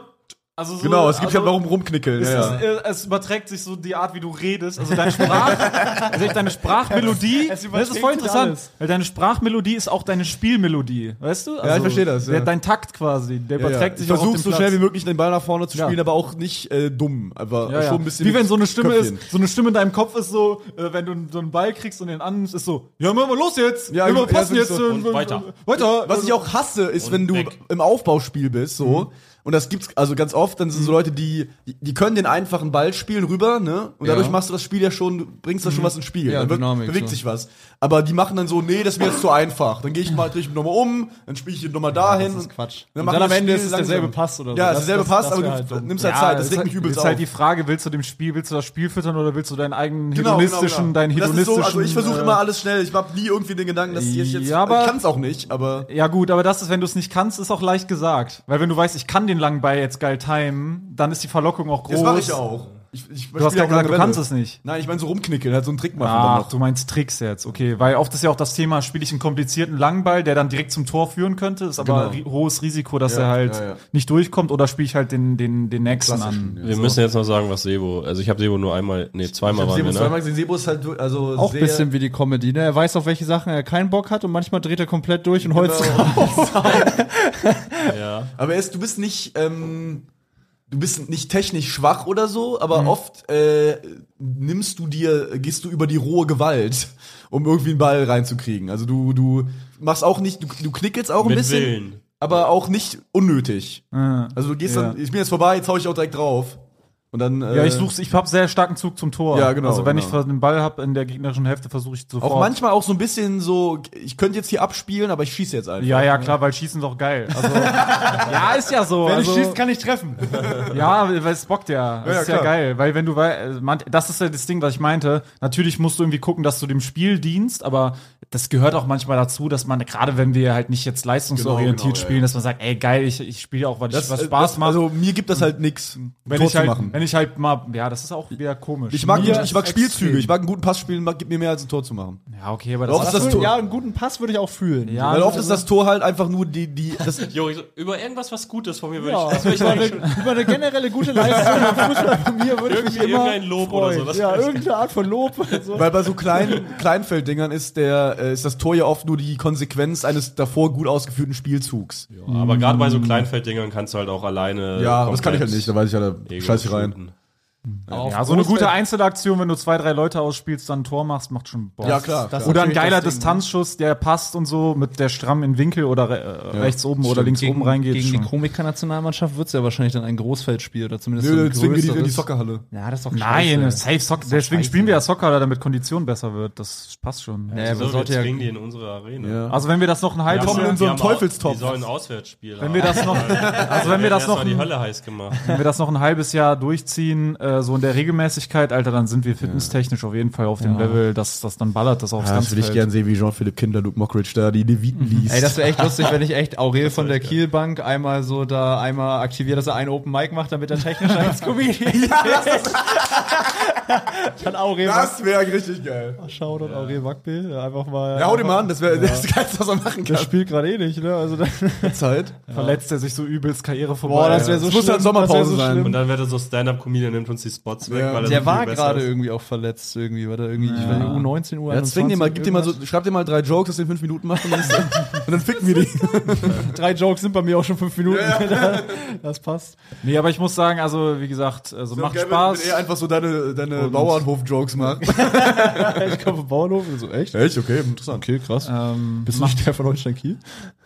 Also so, Genau, es gibt also, ja warum rumknickeln. Es, Ja, ja. ist, äh, es überträgt sich so die Art, wie du redest. Also deine Sprach, also deine Sprachmelodie. Es- es das ist voll überträgt sich interessant. alles. Weil deine Sprachmelodie ist auch deine Spielmelodie. Weißt du? Also, ich verstehe das, ja. der- Dein Takt quasi. Der Ja, ja. überträgt Ich sich auch auf versuche den so Platz. schnell wie möglich den Ball nach vorne zu Ja. spielen, aber auch nicht äh, dumm. Aber ja, ja. schon ein bisschen. Wie wenn so eine Stimme Köpfchen. ist, so eine Stimme in deinem Kopf ist so, äh, wenn du so einen Ball kriegst und den annimmst, ist so, ja, machen wir los jetzt. Ja, wir ja, passen ja, jetzt. so- so- äh, weiter. Weiter. Also, Was ich auch hasse, ist, wenn du weg. im Aufbauspiel bist, so. Und das gibt's also ganz oft, oft dann sind so Leute, die, die, die können den einfachen Ball spielen rüber, ne? Und dadurch Ja. machst du das Spiel ja schon, du bringst da schon was ins Spiel. Ja, dann wird, Dynamik, bewegt so. sich was. Aber die machen dann so, nee, das ist mir jetzt zu einfach. Dann gehe ich mal, drehe ich mich nochmal um, dann spiele ich ihn nochmal dahin. Das ist Quatsch. Dann Und machen dann wir am das Ende Spiel ist es langsam. derselbe Pass oder so. Ja, es ist derselber Pass, aber wär du halt dumm. nimmst halt Zeit. Das ist regt halt- mich übelst ist halt auf. die Frage, willst du dem Spiel, willst du das Spiel füttern oder willst du deinen eigenen Genau, hedonistischen, deinen Das ist hedonistischen. so, also ich versuche äh, immer alles schnell. Ich hab nie irgendwie den Gedanken, dass ich jetzt, Ja, aber- ich kann's auch nicht, aber Ja gut, aber das ist, wenn du es nicht kannst, ist auch leicht gesagt. Weil wenn du weißt, ich kann den langen Ball jetzt geil timen, dann ist die Verlockung auch groß. das mache ich ja auch. Ich, ich Du hast ja gesagt, du kannst es nicht. Nein, ich meine so rumknickeln, halt so einen Trick machen. dann Ach, noch. du meinst Tricks jetzt, okay. Weil oft ist ja auch das Thema, spiele ich einen komplizierten langen Ball, der dann direkt zum Tor führen könnte, ist aber ri- hohes Risiko, dass er halt Genau. ja, ja. nicht durchkommt oder spiele ich halt den, den, den nächsten an. Wir müssen jetzt noch sagen, was Sebo. Also ich habe Sebo nur einmal, nee, zweimal Ich waren habe wir, Sebo zweimal ne? gesehen. Sebo ist halt wirklich- also Auch ein sehr, bisschen wie die Comedy, ne? Er weiß, auf welche Sachen er keinen Bock hat und manchmal dreht er komplett durch und holzt Genau. drauf. Aber er ist, du bist nicht, ähm, du bist nicht technisch schwach oder so, Mhm. aber oft äh, nimmst du dir, gehst du über die rohe Gewalt, um irgendwie einen Ball reinzukriegen. Also du, du machst auch nicht, du, du knickelst auch ein Mit bisschen, Willen. aber auch nicht unnötig. Ah. Also du gehst Ja. dann, ich bin jetzt vorbei, jetzt hau ich auch direkt drauf. Und dann. Äh, Ja, ich such's, ich habe sehr starken Zug zum Tor. Ja, genau, Also wenn genau. ich den Ball habe in der gegnerischen Hälfte, versuche ich sofort. Auch manchmal auch so ein bisschen so, ich könnte jetzt hier abspielen, aber ich schieße jetzt einfach. Ja, ja, klar, weil Schießen ist auch geil. Also, ja, ist ja so. also, kann ich treffen. Ja, weil es bockt ja. Das ja, ist ja klar. geil. Weil wenn du, wei- also man- das ist ja das Ding, was ich meinte. Natürlich musst du irgendwie gucken, dass du dem Spiel dienst, aber das gehört auch manchmal dazu, dass man, gerade wenn wir halt nicht jetzt leistungsorientiert Genau, genau, ja, spielen, dass man sagt, ey, geil, ich, ich spiele auch, weil ich was äh, Spaß macht. Also mir gibt das halt nix, wenn Tor ich zu halt, machen. wenn ich halt mal, ja, das ist auch wieder komisch. Ich mag, Mir- ich mag Spielzüge, extrem. ich mag einen guten Pass spielen, mag, gibt mir mehr als ein Tor zu machen. ja, okay, aber Doch, das ist das Tor. Ja, einen guten Pass würde ich auch fühlen. ja, Weil oft ist das Tor halt einfach nur die, die, das, Jo, ich, so- über irgendwas, was Gutes von mir würde Ja, ich, das würde ich über, eine, eigentlich schon. über eine generelle gute Leistung im Fußball von mir würde ich mich Irgendwie immer irgendein Lob freuen. oder so, das ja, weiß ich irgendeine Art von Lob. So. Weil bei so kleinen Kleinfelddingern ist der äh, ist das Tor ja oft nur die Konsequenz eines davor gut ausgeführten Spielzugs. Ja, Ja, aber gerade bei Mhm. so Kleinfelddingern kannst du halt auch alleine. das kann ich halt nicht, da weiß ich ja, da Ego scheiß ich rein. shooten. ja, so eine gute Einzelaktion, wenn du zwei, drei Leute ausspielst, dann ein Tor machst, macht schon Bock. klar. Oder ein geiler ne? Distanzschuss, der passt und so mit der stramm in Winkel oder re- äh, rechts oben oder links oben reingeht. Gegen die schon. Komiker-Nationalmannschaft wird es ja wahrscheinlich dann ein Großfeldspiel oder zumindest Nö, ein zwingen wir die wieder in die größeres. Soccerhalle. Ja, das ist doch Nein, scheiße. safe Soccer. Deswegen spielen wir ja Soccer, damit Kondition besser wird. Das passt schon. Nee, So, Also wir wir sollten ja zwingen die in unsere Arena. Also wenn wir das noch ein halbes Die haben- kommen in so einen die haben auch- Teufelstopf. Die sollen ein Auswärtsspiel wenn wir das noch, also wenn wir das noch, die wenn Hölle heiß gemacht. wir das noch ein halbes Jahr durchziehen, äh, so in der Regelmäßigkeit, Alter, dann sind wir fitnesstechnisch auf jeden Fall auf dem Level, dass das dann ballert, das aufs Ja, das ganze würde ich Feld. gern sehen, wie Jean-Philippe Kinder, Luke Mockridge da die Leviten liest. Ey, das wäre echt lustig, wenn ich echt Aurel von der Kielbank einmal so da einmal aktiviere, dass er einen Open Mic macht, damit er technisch als Comedian ist. Dann Aurel Wack- wäre richtig geil. Shoutout und Aurel Wackbill, einfach mal. Ja, hau dir mal an, das wäre das Geilste, was er machen Der kann. spielt gerade eh nicht, ne? Also, das, Zeit. Verletzt er sich so übelst, Karriere vorbei. boah, das wäre so Es muss halt das wär Sommerpause sein. Und dann wird er so Stand-Up-Comedian, nimmt uns die Spots weg, Ja. weil er so Der viel war besser gerade ist. irgendwie auch verletzt, irgendwie, war da irgendwie, ich weiß nicht, U19, U21. Ja, zwing dir mal, gib dir mal so, schreib dir mal drei Jokes, dass du in fünf Minuten machst und dann, und dann ficken wir die. Drei Jokes sind bei mir auch schon fünf Minuten. das passt. Nee, aber ich muss sagen, also wie gesagt, also macht Spaß. er einfach so deine, deine Bauernhof-Jokes macht. Ich komme vom Bauernhof und so, echt? Echt? Okay, interessant. Okay, krass. Ähm, Bist du nicht der von Holstein Kiel?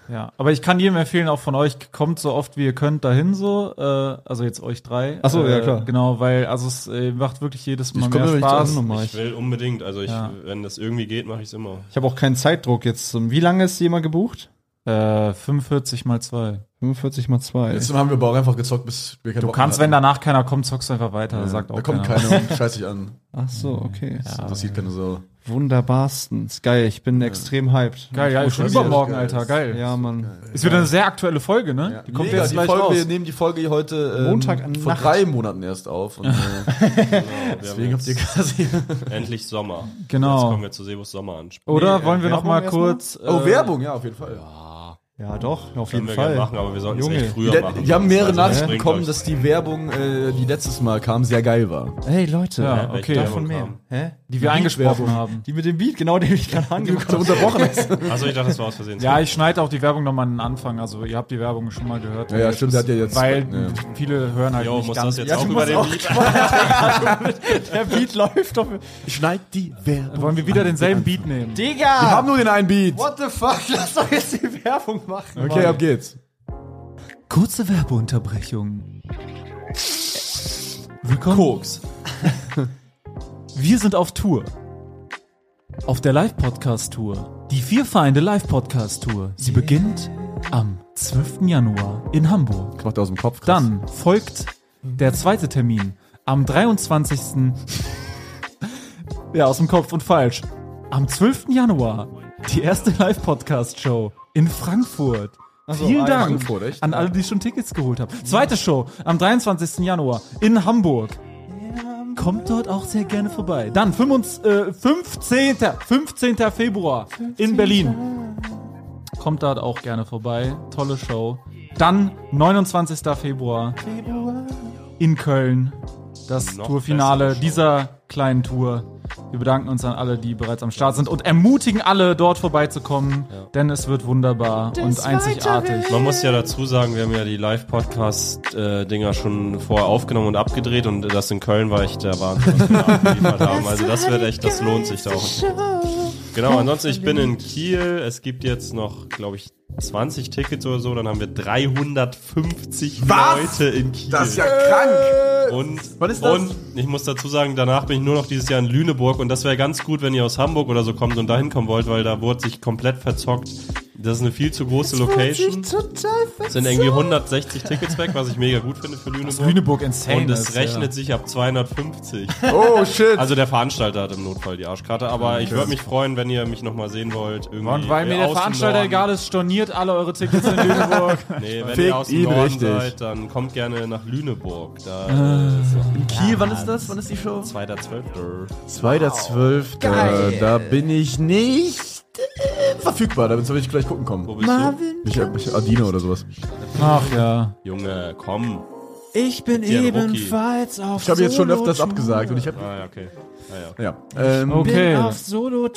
Ja, aber ich kann jedem empfehlen, auch von euch, kommt so oft wie ihr könnt dahin so, äh, also jetzt euch drei. Ach so, äh, ja, klar. Genau, weil also es äh, macht wirklich jedes Mal Ich komme mehr nämlich zu Spaß. anderen nochmal. Ich will unbedingt, also ich, Ja. wenn das irgendwie geht, mache ich es immer. Ich habe auch keinen Zeitdruck jetzt. Wie lange ist jemand gebucht? Äh, 45 mal zwei. 45 mal 2. Jetzt haben wir aber auch einfach gezockt, bis wir Du kannst, wenn danach keiner kommt, zockst du einfach weiter. Ja, sagt auch da kommt keiner. keiner, und scheiß dich an. Ach so, okay. das sieht keine Sau. Wunderbarstens. Geil, ich bin extrem hyped. Geil, ja, schon das übermorgen, ist geil. Alter, geil. Ja, Mann. Ist wieder eine sehr aktuelle Folge, ne? Die kommt Mega, jetzt die gleich Folge, raus. Wir nehmen die Folge heute ähm, Montag an vor Nacht. drei Monaten erst auf. Und, äh, Genau, deswegen habt ihr quasi. endlich Sommer. Jetzt Genau. kommen wir zu Sebus Sommer an. Oder wollen wir noch Werbung mal erstmal? kurz äh, oh, Werbung, ja, auf jeden Fall. Ja, doch, auf jeden Können wir gerne Fall. machen, aber wir sollten es Junge. echt früher Der, machen. die haben mehrere Also, das Nachrichten bringt, bekommen, glaub ich, dass die Werbung, äh, die letztes Mal kam, sehr geil war. Hey, Leute. Ja, welche okay, Werbung Davon mehr. kam. Hä? die wir eingesprochen haben? Die mit dem Beat, genau den ich gerade angemacht habe. unterbrochen ist. Also ich dachte, das war aus Versehen. Ja, ich schneide auch die Werbung nochmal an den Anfang. Also ihr habt die Werbung schon mal gehört. Ja, ja, stimmt, der hat ja jetzt- Weil ja. viele hören halt Jo, nicht muss ganz. das jetzt Ja, auch du über musst den auch- Lied? Der Beat läuft doch. Schneid die Werbung. Wollen wir wieder denselben Beat nehmen? Wir Digga! haben nur den einen Beat. What the fuck? Lass doch jetzt die Werbung machen. Okay, ab geht's. Kurze Werbeunterbrechung. Willkommen. Koks. Wir sind auf Tour. Auf der Live-Podcast-Tour. Die Vier Feinde Live-Podcast-Tour. Sie beginnt am 12. Januar in Hamburg. Macht aus dem Kopf. Chris. Dann folgt der zweite Termin am 23. ja, aus dem Kopf und falsch. Am 12. Januar die erste Live-Podcast-Show in Frankfurt. Vielen ah, in Dank Frankfurt, echt? an alle, die schon Tickets geholt haben. Zweite Show am 23. Januar in Hamburg. Kommt dort auch sehr gerne vorbei. Dann 25, äh, 15. 15. Februar in Berlin. Kommt dort auch gerne vorbei. Tolle Show. Dann 29. Februar in Köln. Das Noch Tourfinale bessere Show. dieser kleinen Tour. Wir bedanken uns an alle, die bereits am Start sind und ermutigen alle, dort vorbeizukommen, denn es wird wunderbar und einzigartig. Man muss ja dazu sagen, wir haben ja die Live-Podcast-Dinger schon vorher aufgenommen und abgedreht und das in Köln war echt der Wahnsinn, was wir da abgeliefert haben. Also das wird echt, das lohnt sich da auch. Genau, ansonsten, ich bin in Kiel. Es gibt jetzt noch, glaube ich, 20 Tickets oder so. Dann haben wir 350 Was? Leute in Kiel. Das ist ja krank. Und, ist das? und ich muss dazu sagen, danach bin ich nur noch dieses Jahr in Lüneburg und das wäre ganz gut, wenn ihr aus Hamburg oder so kommt und dahin kommen wollt, weil da wurde sich komplett verzockt. Das ist eine viel zu große Location. Es sind irgendwie 160 Tickets weg, was ich mega gut finde für Lüneburg. Lüneburg insane. und es ist, rechnet sich ab 250. Oh shit. Also der Veranstalter hat im Notfall die Arschkarte, aber ich würde mich freuen, wenn ihr mich nochmal sehen wollt. Irgendwie ja. Und weil mir der Veranstalter egal ist, storniert alle eure Tickets in Lüneburg. Nee, wenn Fickt ihr aus dem ihn Norden richtig. seid, dann kommt gerne nach Lüneburg. Da äh, ist noch Ah. Kiel, wann ist das? Wann ist die Show? 2.12. 2.12. Äh, da bin ich nicht äh, verfügbar. Damit soll ich gleich gucken kommen. Wo bist Marvin. Ich, ich Adina oder sowas. Ach ja. du? Junge, komm. Ich bin Ja, Rookie. ebenfalls auf Ich habe jetzt schon öfters abgesagt und ich habe Ah, ja, okay. Ah, ja. ja. Ähm, bin Okay. auf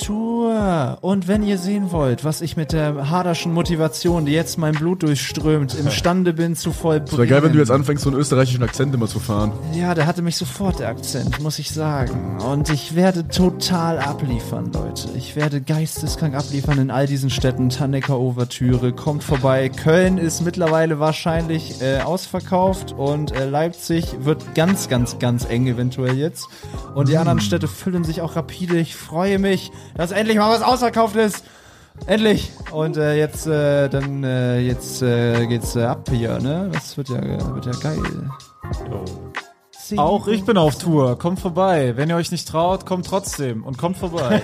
Solo-Tour. Und wenn ihr sehen wollt, was ich mit der haderschen Motivation, die jetzt mein Blut durchströmt, imstande bin zu vollbringen. es wäre geil, wenn du jetzt anfängst, so einen österreichischen Akzent immer zu fahren. Ja, der hatte mich sofort, der Akzent, muss ich sagen. Und ich werde total abliefern, Leute. Ich werde geisteskrank abliefern in all diesen Städten. Tannecker Overtüre, kommt vorbei. Köln ist mittlerweile wahrscheinlich äh, ausverkauft und äh, Leipzig wird ganz, ganz, ganz eng eventuell jetzt. Und die anderen Städte füllen sich auch rapide. Ich freue mich, dass endlich mal was ausverkauft ist. Endlich! Und äh, jetzt, äh, dann, äh, jetzt äh, geht's äh, ab hier, ne? Das wird ja, wird ja geil. Auch ich bin auf Tour. Kommt vorbei. Wenn ihr euch nicht traut, kommt trotzdem und kommt vorbei.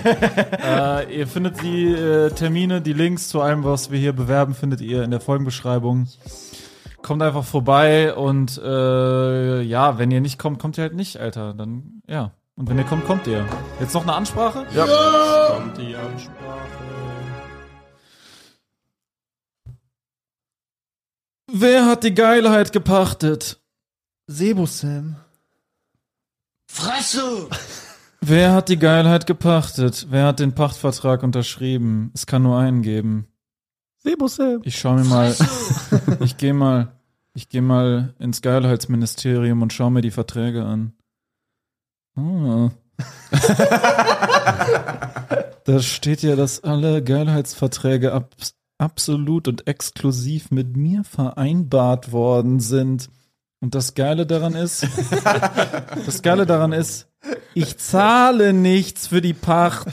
äh, ihr findet die äh, Termine, die Links zu allem, was wir hier bewerben, findet ihr in der Folgenbeschreibung. Kommt einfach vorbei und äh, ja, wenn ihr nicht kommt, kommt ihr halt nicht, Alter. Dann ja. Und wenn ihr kommt, kommt ihr. Jetzt noch eine Ansprache? Kommt die Ansprache. Wer hat die Geilheit gepachtet? Sebusam. Fresse! Wer hat die Geilheit gepachtet? Wer hat den Pachtvertrag unterschrieben? Es kann nur einen geben. Sebusse. Ich schau mir mal. ich gehe mal. Ich gehe mal ins Geilheitsministerium und schau mir die Verträge an. Ah. da steht ja, dass alle Geilheitsverträge abs absolut und exklusiv mit mir vereinbart worden sind. Und das Geile daran ist, das Geile daran ist, ich zahle nichts für die Pacht.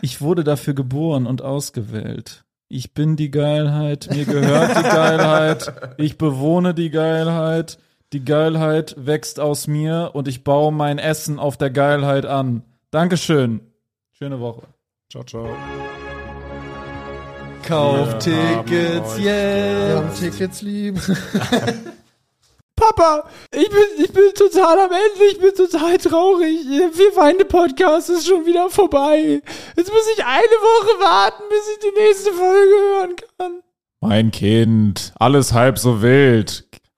Ich wurde dafür geboren und ausgewählt. Ich bin die Geilheit, mir gehört die Geilheit, ich bewohne die Geilheit, die Geilheit wächst aus mir und ich baue mein Essen auf der Geilheit an. Dankeschön. Schöne Woche. Ciao, ciao. Kauf Tickets jetzt. Tickets lieb. Papa, ich bin, ich bin total am Ende, ich bin total traurig. Wir weine Podcast ist schon wieder vorbei. Jetzt muss ich eine Woche warten, bis ich die nächste Folge hören kann. Mein Kind, alles halb so wild.